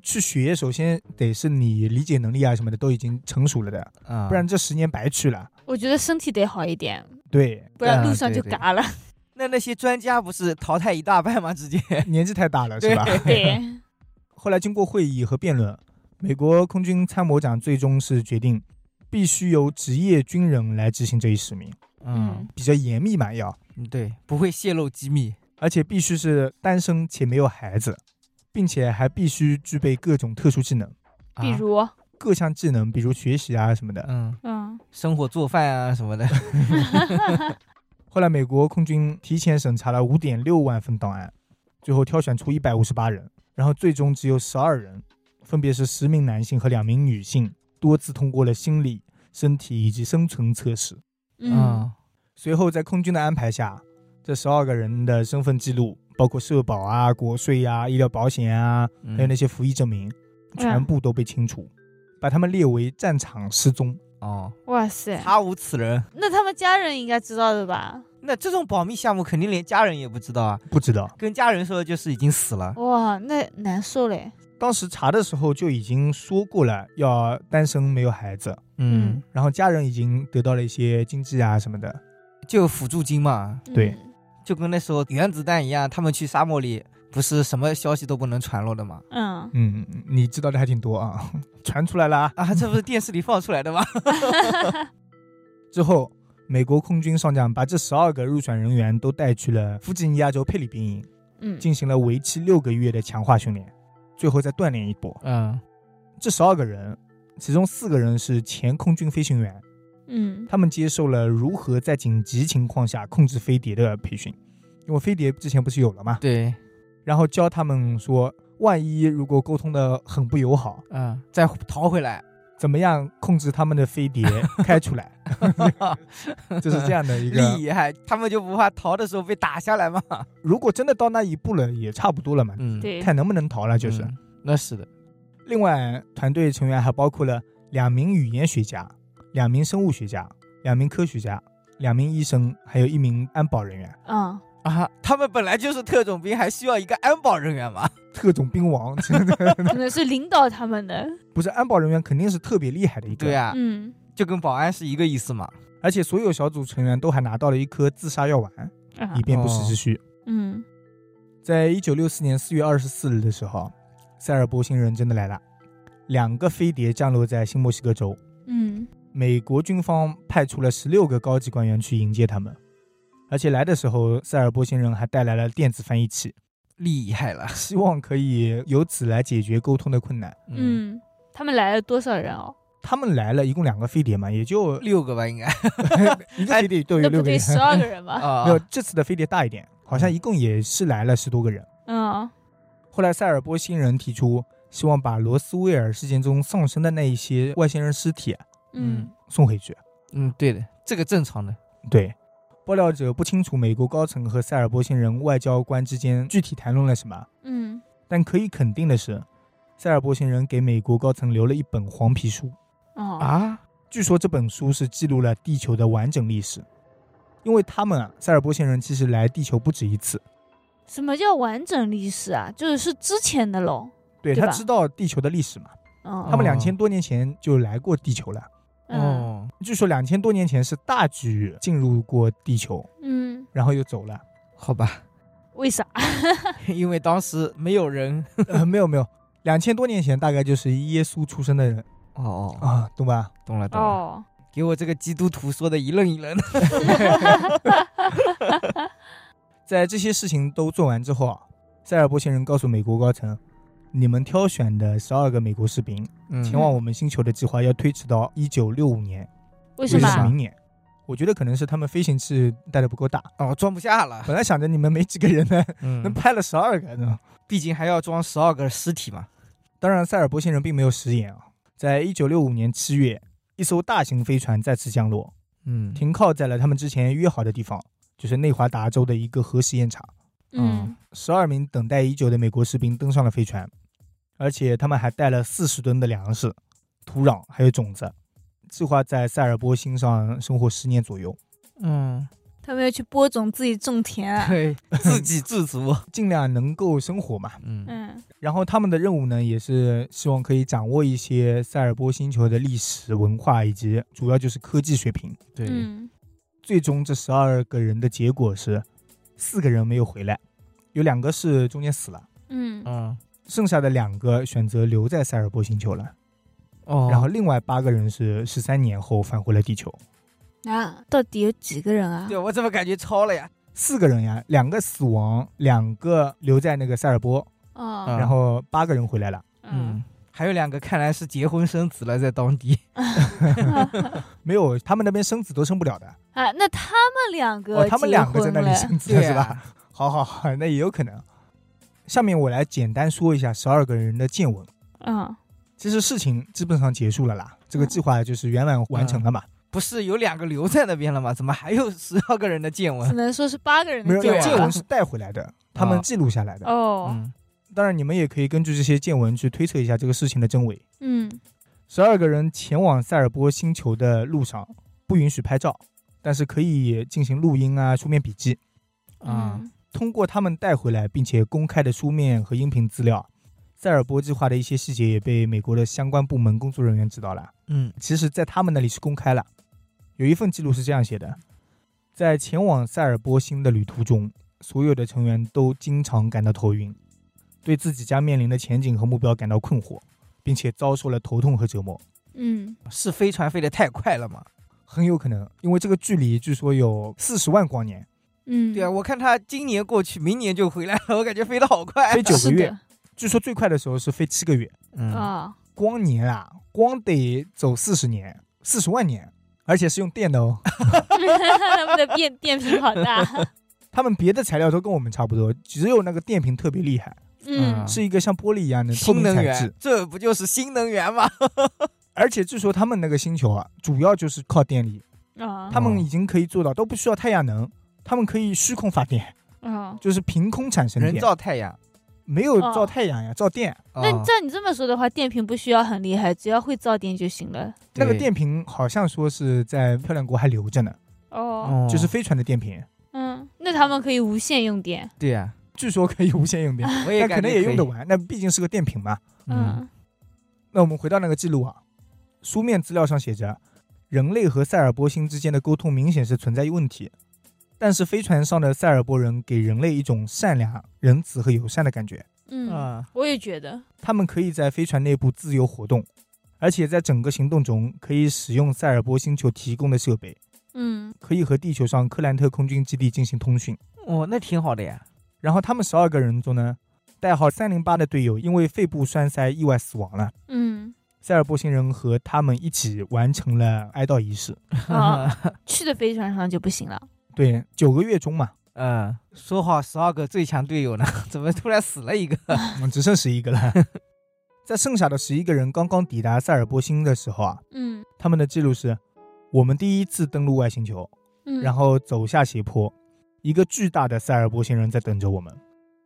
[SPEAKER 1] 去学，首先得是你理解能力啊什么的都已经成熟了的，
[SPEAKER 3] 啊，
[SPEAKER 1] 不然这十年白去了。
[SPEAKER 2] 我觉得身体得好一点，
[SPEAKER 1] 对，
[SPEAKER 2] 不然
[SPEAKER 3] 嗯
[SPEAKER 2] 路上就
[SPEAKER 3] 对对
[SPEAKER 2] 嘎了。
[SPEAKER 3] 那那些专家不是淘汰一大半吗？直接
[SPEAKER 1] 年纪太大了是吧？
[SPEAKER 2] 对，
[SPEAKER 1] 后来经过会议和辩论，美国空军参谋长最终是决定，必须由职业军人来执行这一使命，
[SPEAKER 2] 嗯，
[SPEAKER 1] 比较严密嘛要，
[SPEAKER 3] 嗯，对，不会泄露机密。
[SPEAKER 1] 而且必须是单身且没有孩子，并且还必须具备各种特殊技能。
[SPEAKER 3] 啊
[SPEAKER 2] 比，如
[SPEAKER 1] 各项技能，比如学习啊什么的。
[SPEAKER 3] 嗯，
[SPEAKER 2] 嗯
[SPEAKER 3] 生火做饭啊什么的，
[SPEAKER 1] 后来美国空军提前审查了五点六万份档案，最后挑选出一百五十八人，然后最终只有十二人，分别是十名男性和两名女性，多次通过了心理、身体以及生存测试。
[SPEAKER 2] 嗯，
[SPEAKER 3] 啊
[SPEAKER 1] 随后在空军的安排下，这十二个人的身份记录，包括社保啊、国税啊、医疗保险啊，
[SPEAKER 3] 嗯，
[SPEAKER 1] 还有那些服役证明，全部都被清除，把他们列为战场失踪。
[SPEAKER 3] 哦，
[SPEAKER 2] 哇塞，
[SPEAKER 3] 查无此人。
[SPEAKER 2] 那他们家人应该知道的吧？
[SPEAKER 3] 那这种保密项目肯定连家人也不知道啊，
[SPEAKER 1] 不知道，
[SPEAKER 3] 跟家人说就是已经死了。
[SPEAKER 2] 哇，那难受嘞。
[SPEAKER 1] 当时查的时候就已经说过了，要单身没有孩子，
[SPEAKER 2] 嗯
[SPEAKER 1] 然后家人已经得到了一些经济啊什么的。
[SPEAKER 3] 就辅助金嘛，
[SPEAKER 1] 对
[SPEAKER 3] 就跟那时候原子弹一样，他们去沙漠里不是什么消息都不能传落的嘛。
[SPEAKER 2] 嗯，
[SPEAKER 1] 嗯，你知道的还挺多啊， 传出来了啊。
[SPEAKER 3] 啊，这不是电视里放出来的吗？
[SPEAKER 2] 嗯
[SPEAKER 1] 之后，美国空军上将把这十二个入选人员都带去了弗吉尼亚州佩里兵营，
[SPEAKER 2] 嗯
[SPEAKER 1] 进行了为期六个月的强化训练，最后再锻炼一波。
[SPEAKER 3] 嗯，
[SPEAKER 1] 这十二个人，其中四个人是前空军飞行员，
[SPEAKER 2] 嗯
[SPEAKER 1] 他们接受了如何在紧急情况下控制飞碟的培训，因为飞碟之前不是有了吗？
[SPEAKER 3] 对，
[SPEAKER 1] 然后教他们说，万一如果沟通的很不友好，
[SPEAKER 3] 嗯，再逃回来，
[SPEAKER 1] 怎么样控制他们的飞碟开出来， 就是这样的一个。
[SPEAKER 3] 厉害，他们就不怕逃的时候被打下来吗？
[SPEAKER 1] 如果真的到那一步了，也差不多了嘛，
[SPEAKER 3] 嗯，
[SPEAKER 2] 对，
[SPEAKER 1] 看能不能逃了就是。
[SPEAKER 3] 嗯那是的，
[SPEAKER 1] 另外，团队成员还包括了两名语言学家、两名生物学家、两名科学家、两名医生，还有一名安保人员。
[SPEAKER 2] 嗯，
[SPEAKER 3] 啊，他们本来就是特种兵，还需要一个安保人员吗？
[SPEAKER 1] 特种兵王，
[SPEAKER 2] 可能是领导他们的，
[SPEAKER 1] 不是安保人员肯定是特别厉害的一个。
[SPEAKER 3] 对啊，
[SPEAKER 2] 嗯，
[SPEAKER 3] 就跟保安是一个意思嘛。
[SPEAKER 1] 而且所有小组成员都还拿到了一颗自杀药丸，
[SPEAKER 2] 啊
[SPEAKER 1] 以便不时之需。
[SPEAKER 2] 嗯，
[SPEAKER 1] 在一九六四年四月二十四日的时候，塞尔伯星人真的来了，两个飞碟降落在新墨西哥州，
[SPEAKER 2] 嗯，
[SPEAKER 1] 美国军方派出了十六个高级官员去迎接他们，而且来的时候，塞尔波星人还带来了电子翻译器，
[SPEAKER 3] 厉害了，
[SPEAKER 1] 希望可以由此来解决沟通的困难。
[SPEAKER 2] 嗯，他们来了多少人哦？
[SPEAKER 1] 他们来了，一共两个飞碟嘛，也就
[SPEAKER 3] 六个吧，应该
[SPEAKER 1] 一个飞碟都有
[SPEAKER 2] 哎那不嗯
[SPEAKER 1] 六个
[SPEAKER 2] 对，
[SPEAKER 1] 人。
[SPEAKER 2] 十二个人吧？
[SPEAKER 3] 啊
[SPEAKER 1] 没有，这次的飞碟大一点，好像一共也是来了十多个人。
[SPEAKER 2] 嗯
[SPEAKER 1] 后来，塞尔波星人提出，希望把罗斯威尔事件中丧生的那一些外星人尸体
[SPEAKER 2] 嗯
[SPEAKER 1] 送回去。
[SPEAKER 3] 嗯，对的，这个正常的。
[SPEAKER 1] 对，爆料者不清楚美国高层和塞尔波星人外交官之间具体谈论了什么，
[SPEAKER 2] 嗯，
[SPEAKER 1] 但可以肯定的是，塞尔波星人给美国高层留了一本黄皮书，
[SPEAKER 2] 哦，
[SPEAKER 3] 啊，
[SPEAKER 1] 据说这本书是记录了地球的完整历史。因为他们啊，塞尔波星人其实来地球不止一次，
[SPEAKER 2] 什么叫完整历史啊？就是是之前的喽。
[SPEAKER 1] 对
[SPEAKER 2] 对吧
[SPEAKER 1] 他知道地球的历史嘛，
[SPEAKER 2] 嗯，
[SPEAKER 1] 他们
[SPEAKER 3] 俩
[SPEAKER 1] 两千多年前就来过地球了。
[SPEAKER 2] 嗯
[SPEAKER 3] 哦，
[SPEAKER 1] 据说两千多年前是大举进入过地球，
[SPEAKER 2] 嗯，
[SPEAKER 1] 然后又走了。
[SPEAKER 3] 好吧，
[SPEAKER 2] 为啥？
[SPEAKER 3] 因为当时没有人。
[SPEAKER 1] 呃，没有没有，两千多年前大概就是耶稣出生的人
[SPEAKER 3] 哦哦哦，
[SPEAKER 1] 啊，懂吧？
[SPEAKER 3] 懂了懂了，
[SPEAKER 2] 哦，
[SPEAKER 3] 给我这个基督徒说的一愣一愣的。
[SPEAKER 1] 在这些事情都做完之后啊，塞尔伯星人告诉美国高层，你们挑选的十二个美国士兵
[SPEAKER 3] 嗯
[SPEAKER 1] 前往我们星球的计划要推迟到一九六五年，
[SPEAKER 2] 为
[SPEAKER 1] 也
[SPEAKER 2] 什
[SPEAKER 1] 就
[SPEAKER 2] 么
[SPEAKER 1] 是
[SPEAKER 2] 啊？
[SPEAKER 1] 明年。我觉得可能是他们飞行器带的不够大，
[SPEAKER 3] 哦，装不下了，
[SPEAKER 1] 本来想着你们没几个人呢，能
[SPEAKER 3] 嗯，
[SPEAKER 1] 拍了十二个呢。
[SPEAKER 3] 毕竟还要装十二个尸体嘛。
[SPEAKER 1] 当然，塞尔伯星人并没有食言啊。在一九六五年七月，一艘大型飞船再次降落，
[SPEAKER 3] 嗯
[SPEAKER 1] 停靠在了他们之前约好的地方，就是内华达州的一个核实验场。
[SPEAKER 2] 嗯
[SPEAKER 1] 十二名等待已久的美国士兵登上了飞船，而且他们还带了四十吨的粮食、土壤还有种子，计划在塞尔波星上生活十年左右，
[SPEAKER 3] 嗯，
[SPEAKER 2] 他们要去播种自己种田 啊。
[SPEAKER 3] 对，自给自足。
[SPEAKER 1] 尽量能够生活嘛。
[SPEAKER 3] 嗯
[SPEAKER 2] 嗯
[SPEAKER 1] 然后他们的任务呢，也是希望可以掌握一些塞尔波星球的历史文化以及主要就是科技水平。
[SPEAKER 3] 对
[SPEAKER 2] 嗯
[SPEAKER 1] 最终这十二个人的结果是，四个人没有回来，有两个是中间死了，
[SPEAKER 2] 嗯
[SPEAKER 3] 嗯
[SPEAKER 1] 剩下的两个选择留在塞尔波星球了。
[SPEAKER 3] 哦，
[SPEAKER 1] 然后另外八个人是十三年后返回了地球，
[SPEAKER 2] 啊，到底有几个人啊
[SPEAKER 3] 对？我怎么感觉超了呀？
[SPEAKER 1] 四个人呀，两个死亡，两个留在那个塞尔波，
[SPEAKER 2] 哦
[SPEAKER 3] 嗯
[SPEAKER 1] 然后八个人回来了。
[SPEAKER 2] 嗯，
[SPEAKER 3] 还有两个看来是结婚生子了，在当地。
[SPEAKER 1] 没有，他们那边生子都生不了的
[SPEAKER 2] 啊，那他们两个
[SPEAKER 1] 哦，他们两个在那里
[SPEAKER 2] 结婚了
[SPEAKER 1] 生子了是
[SPEAKER 3] 啊
[SPEAKER 1] 吧？， 好好好，那也有可能。下面我来简单说一下十二个人的见闻。
[SPEAKER 2] 嗯
[SPEAKER 1] 其实事情基本上结束了啦，这个
[SPEAKER 2] 嗯
[SPEAKER 1] 计划就是圆满完成了嘛。
[SPEAKER 3] 不是有两个留在那边了吗？怎么还有十二个人的见
[SPEAKER 2] 只
[SPEAKER 3] 闻？
[SPEAKER 2] 能说是八个人
[SPEAKER 1] 没
[SPEAKER 2] 的
[SPEAKER 1] 有
[SPEAKER 2] 结
[SPEAKER 3] 对
[SPEAKER 2] 婚
[SPEAKER 3] 啊
[SPEAKER 1] 见闻是带回来的，他们
[SPEAKER 3] 啊
[SPEAKER 1] 记录下来的。
[SPEAKER 2] 哦，
[SPEAKER 3] 嗯，
[SPEAKER 1] 当然，你们也可以根据这些见闻去推测一下这个事情的真伪。
[SPEAKER 2] 嗯
[SPEAKER 1] 十二个人前往塞尔波星球的路上不允许拍照，但是可以进行录音啊、书面笔记。
[SPEAKER 3] 啊
[SPEAKER 2] 嗯
[SPEAKER 1] 通过他们带回来并且公开的书面和音频资料，塞尔波计划的一些细节也被美国的相关部门工作人员知道了。
[SPEAKER 3] 嗯
[SPEAKER 1] 其实，在他们那里是公开了。有一份记录是这样写的：在前往塞尔波星的旅途中，所有的成员都经常感到头晕，对自己将面临的前景和目标感到困惑，并且遭受了头痛和折磨。
[SPEAKER 2] 嗯，
[SPEAKER 3] 是飞船飞得太快了嘛？
[SPEAKER 1] 很有可能，因为这个距离据说有四十万光年，
[SPEAKER 2] 嗯，
[SPEAKER 3] 对啊，我看他今年过去，明年就回来了，我 感觉飞得好快。啊
[SPEAKER 1] 飞九
[SPEAKER 2] 啊是
[SPEAKER 1] 个
[SPEAKER 2] 的
[SPEAKER 1] 月，据说最快的时候是飞七个月。
[SPEAKER 3] 嗯，
[SPEAKER 2] 啊，
[SPEAKER 1] 光年啊，光得走四十年，四十万年，而且是用电的哦。
[SPEAKER 2] 他们的变变频好大，
[SPEAKER 1] 他们别的材料都跟我们差不多，只有那个电瓶特别厉害，
[SPEAKER 2] 嗯
[SPEAKER 3] 嗯
[SPEAKER 1] 是一个像玻璃一样的透
[SPEAKER 3] 新
[SPEAKER 1] 明
[SPEAKER 3] 能
[SPEAKER 1] 材
[SPEAKER 3] 源
[SPEAKER 1] 质，，
[SPEAKER 3] 这不就是新能源吗？
[SPEAKER 1] 而且据说他们那个星球啊，主要就是靠电力，
[SPEAKER 2] 啊
[SPEAKER 1] 他
[SPEAKER 3] 哦
[SPEAKER 1] 们已经可以做到都不需要太阳能，他们可以虚空发电，
[SPEAKER 2] 啊。
[SPEAKER 1] 就是凭空产生
[SPEAKER 3] 人
[SPEAKER 1] 电，
[SPEAKER 3] 造太阳。
[SPEAKER 1] 没有
[SPEAKER 2] 哦
[SPEAKER 1] 造太阳呀，造电。
[SPEAKER 2] 那
[SPEAKER 3] 哦
[SPEAKER 2] 照你这么说的话，电瓶不需要很厉害，只要会造电就行了。
[SPEAKER 1] 那个
[SPEAKER 3] 对
[SPEAKER 1] 电瓶好像说是在漂亮国还留着呢，
[SPEAKER 2] 哦，
[SPEAKER 3] 哦
[SPEAKER 1] 就是飞船的电瓶，
[SPEAKER 2] 嗯，那他们可以无限用电。
[SPEAKER 3] 对呀，
[SPEAKER 1] 据说可以无限 用电，
[SPEAKER 3] 我
[SPEAKER 1] 但
[SPEAKER 3] 也
[SPEAKER 1] 可
[SPEAKER 3] 感觉
[SPEAKER 1] 能也用得
[SPEAKER 3] 可以。
[SPEAKER 1] 完。那毕竟是个电瓶嘛。
[SPEAKER 2] 嗯，
[SPEAKER 1] 那我们回到那个记录啊，书面资料上写着，人类和塞尔波星之间的沟通明显是存在问题，但是飞船上的塞尔波人给人类一种善良、仁慈和友善的感觉，
[SPEAKER 2] 嗯，
[SPEAKER 3] 啊，
[SPEAKER 2] 我也觉得。
[SPEAKER 1] 他们可以在飞船内部自由活动，而且在整个行动中可以使用塞尔波星球提供的设备，
[SPEAKER 2] 嗯，
[SPEAKER 1] 可以和地球上克兰特空军基地进行通讯。
[SPEAKER 3] 哦，那挺好的呀。
[SPEAKER 1] 然后他们十二个人中呢，代号三零八的队友因为肺部栓塞意外死亡了。
[SPEAKER 2] 嗯，
[SPEAKER 1] 塞尔波星人和他们一起完成了哀悼仪式。
[SPEAKER 2] 啊，去的飞船上就不行了。
[SPEAKER 1] 对，九个月中嘛，
[SPEAKER 3] 嗯，说好十二个最强队友呢， 怎么突然死了一个？
[SPEAKER 1] 嗯只剩十一个了。 在剩下的十一个人刚刚抵达塞尔波星的时候啊，
[SPEAKER 2] 嗯
[SPEAKER 1] 他们的记录是：我们第一次登陆外星球，
[SPEAKER 2] 嗯，
[SPEAKER 1] 然后走下斜坡，一个巨大的塞尔波星人在等着我们。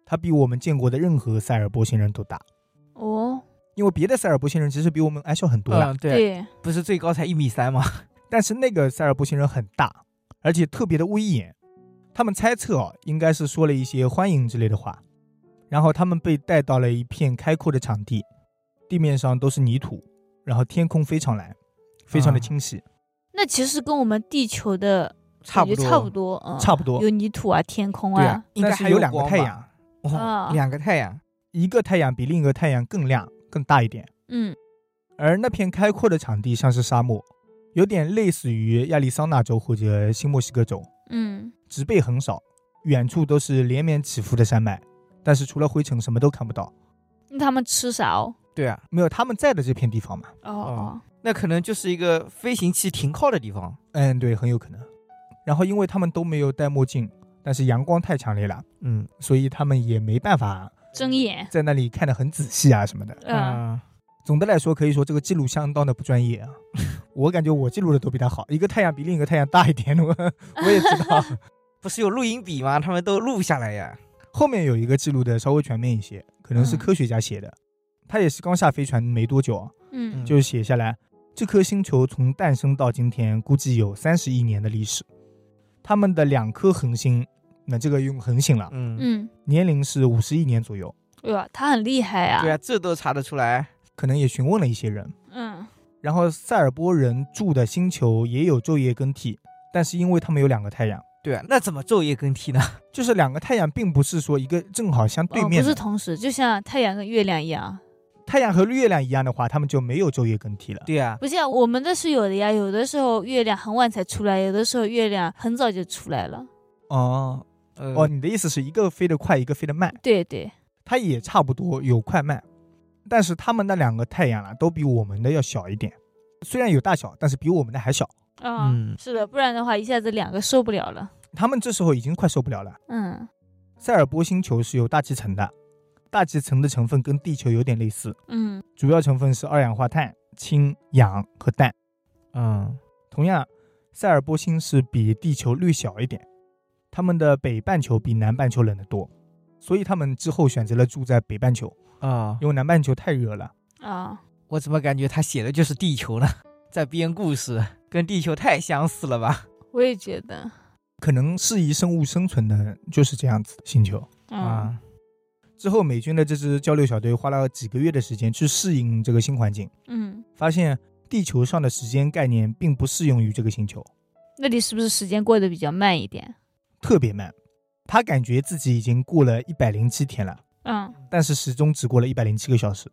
[SPEAKER 1] 他比我们见过的任何塞尔波星人都大，
[SPEAKER 2] 哦，
[SPEAKER 1] 因为别的塞尔波星人其实比我们矮小很多了，
[SPEAKER 3] 嗯，对，
[SPEAKER 2] 对，
[SPEAKER 3] 不是最高才一米三吗？
[SPEAKER 1] 但是那个塞尔波星人很大，而且特别的威严。他们猜测啊，应该是说了一些欢迎之类的话，然后他们被带到了一片开阔的场地，地面上都是泥土，然后天空非常蓝，非
[SPEAKER 3] 啊
[SPEAKER 1] 常的清晰，
[SPEAKER 2] 那其实跟我们地球的
[SPEAKER 3] 差不
[SPEAKER 2] 感觉
[SPEAKER 3] 多，
[SPEAKER 2] 差不多，嗯，
[SPEAKER 1] 差不多。
[SPEAKER 2] 有泥土啊，天空
[SPEAKER 1] 对啊
[SPEAKER 2] 啊，，
[SPEAKER 3] 应该
[SPEAKER 1] 但是
[SPEAKER 3] 还
[SPEAKER 1] 有
[SPEAKER 3] 有
[SPEAKER 1] 两个
[SPEAKER 3] 光
[SPEAKER 1] 太
[SPEAKER 3] 吧
[SPEAKER 1] 阳，
[SPEAKER 3] 哦
[SPEAKER 2] 啊，
[SPEAKER 3] 两个太阳。
[SPEAKER 1] 一个太阳比另一个太阳更亮、更大一点。
[SPEAKER 2] 嗯
[SPEAKER 1] 而那片开阔的场地像是沙漠，有点类似于亚利桑那州或者新墨西哥州。
[SPEAKER 2] 嗯
[SPEAKER 1] 植被很少，远处都是连绵起伏的山脉，但是除了灰尘什么都看不到。
[SPEAKER 2] 那他们吃啥哦？
[SPEAKER 3] 对啊，
[SPEAKER 1] 没有他们在的这片地方嘛？
[SPEAKER 2] 哦哦，
[SPEAKER 3] 那可能就是一个飞行器停靠的地方。
[SPEAKER 1] 嗯，对，很有可能。然后因为他们都没有戴墨镜，但是阳光太强烈了，
[SPEAKER 3] 嗯
[SPEAKER 1] 所以他们也没办法
[SPEAKER 2] 睁眼，
[SPEAKER 1] 在那里看得很仔细啊什么的。
[SPEAKER 2] 嗯，
[SPEAKER 1] 总的来说，可以说这个记录相当的不专业啊。 我感觉我记录的都比他好，一个太阳比另一个太阳大一点，我 我也知道。
[SPEAKER 3] 不是有录音笔吗？他们都录下来呀。
[SPEAKER 1] 后面有一个记录的稍微全面一些，可能是
[SPEAKER 2] 嗯
[SPEAKER 1] 科学家写的，他也是刚下飞船没多久啊，
[SPEAKER 2] 嗯
[SPEAKER 1] 就写下来，这颗星球从诞生到今天，估计有三十亿年的历史。他们的两颗恒星，那这个用恒星了，
[SPEAKER 3] 嗯，
[SPEAKER 2] 嗯，
[SPEAKER 1] 年龄是五十亿年左右。
[SPEAKER 2] 对吧？他很厉害啊，
[SPEAKER 3] 对啊，这都查得出来。
[SPEAKER 1] 可能也询问了一些人。
[SPEAKER 2] 嗯
[SPEAKER 1] 然后塞尔波人住的星球也有昼夜更替，但是因为他们有两个太阳，
[SPEAKER 3] 对啊，那怎么昼夜更替呢？
[SPEAKER 1] 就是两个太阳并不是说一个正好相对
[SPEAKER 2] 哦，
[SPEAKER 1] 面
[SPEAKER 2] 不
[SPEAKER 1] 的，
[SPEAKER 2] 是同时，就像太阳跟月亮一样。
[SPEAKER 1] 太阳和月亮一样的话，他们就没有昼夜更替了。
[SPEAKER 3] 对啊，
[SPEAKER 2] 不像我们的是有的呀，有的时候月亮很晚才出来，有的时候月亮很早就出来了。
[SPEAKER 1] 哦
[SPEAKER 3] 呃
[SPEAKER 1] 哦，你的意思是一个飞得快，一个飞得慢。
[SPEAKER 2] 对对，
[SPEAKER 1] 它也差不多有快慢，但是他们那两个太阳啊，都比我们的要小一点，虽然有大小，但是比我们的还小。
[SPEAKER 2] 啊、
[SPEAKER 3] 嗯
[SPEAKER 2] 是的，不然的话一下子两个受不了了。
[SPEAKER 1] 他们这时候已经快受不了了。
[SPEAKER 2] 嗯
[SPEAKER 1] 塞尔波星球是有大气层的，大气层的成分跟地球有点类似，
[SPEAKER 2] 嗯
[SPEAKER 1] 主要成分是二氧化碳、氢、氧和氮。
[SPEAKER 3] 嗯
[SPEAKER 1] 同样，塞尔波星是比地球略小一点，他们的北半球比南半球冷得多，所以他们之后选择了住在北半球，
[SPEAKER 3] 啊，
[SPEAKER 1] 因为南半球太热了。
[SPEAKER 2] 啊，
[SPEAKER 3] 我怎么感觉他写的就是地球呢？ 在编故事，跟地球太相似了吧？
[SPEAKER 2] 我也觉得。
[SPEAKER 1] 可能适宜生物生存的就是这样子的星球。
[SPEAKER 2] 嗯，
[SPEAKER 1] 啊
[SPEAKER 3] 啊
[SPEAKER 1] 之后，美军的这支交流小队花了几个月的时间去适应这个新环境，
[SPEAKER 2] 嗯，
[SPEAKER 1] 发现地球上的时间概念并不适用于这个星球，
[SPEAKER 2] 那里是不是时间过得比较慢一点？
[SPEAKER 1] 特别慢。他感觉自己已经过了一百零七天了，
[SPEAKER 2] 嗯，
[SPEAKER 1] 但是始终只过了一百零七个小时。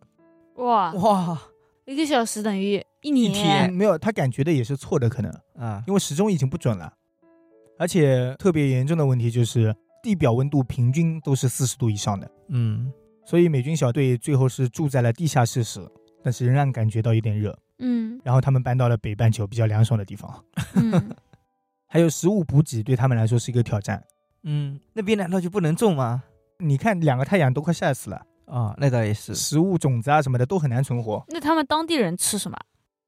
[SPEAKER 2] 哇，
[SPEAKER 3] 哇，
[SPEAKER 2] 一个小时等于一
[SPEAKER 3] 一
[SPEAKER 2] 年。
[SPEAKER 3] 天哎
[SPEAKER 1] 嗯没有，他感觉的也是错的，可能
[SPEAKER 3] 啊，
[SPEAKER 1] 因为时钟已经不准了。而且特别严重的问题就是地表温度平均都是四十度以上的。
[SPEAKER 3] 嗯，
[SPEAKER 1] 所以美军小队最后是住在了地下室时，但是仍然感觉到一点热。
[SPEAKER 2] 嗯
[SPEAKER 1] 然后他们搬到了北半球比较凉爽的地方。
[SPEAKER 2] 嗯，
[SPEAKER 1] 还有食物补给对他们来说是一个挑战。
[SPEAKER 3] 嗯，那边难道就不能种吗？
[SPEAKER 1] 你看，两个太阳都快晒死了，
[SPEAKER 3] 啊，那倒也是。
[SPEAKER 1] 食物、种子啊什么的都很难存活。
[SPEAKER 2] 那他们当地人吃什么？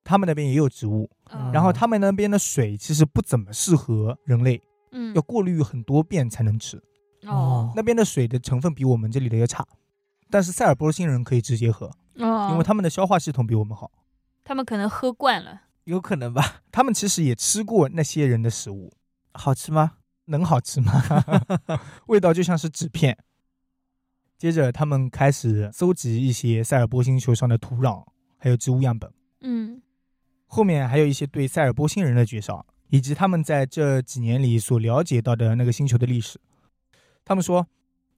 [SPEAKER 1] 他们那边也有植物，
[SPEAKER 2] 嗯
[SPEAKER 1] 然后他们那边的水其实不怎么适合人类，
[SPEAKER 2] 嗯
[SPEAKER 1] 要过滤很多遍才能吃。
[SPEAKER 2] 哦
[SPEAKER 1] 那边的水的成分比我们这里的要差，但是塞尔波星人可以直接喝，
[SPEAKER 2] 哦，
[SPEAKER 1] 因为他们的消化系统比我们好。
[SPEAKER 2] 他们可能喝惯了，
[SPEAKER 3] 有可能吧？
[SPEAKER 1] 他们其实也吃过那些人的食物，
[SPEAKER 3] 好吃吗？
[SPEAKER 1] 能好吃吗？味道就像是纸片。接着，他们开始搜集一些塞尔波星球上的土壤，还有植物样本。
[SPEAKER 2] 嗯
[SPEAKER 1] 后面还有一些对塞尔波星人的介绍，以及他们在这几年里所了解到的那个星球的历史。他们说，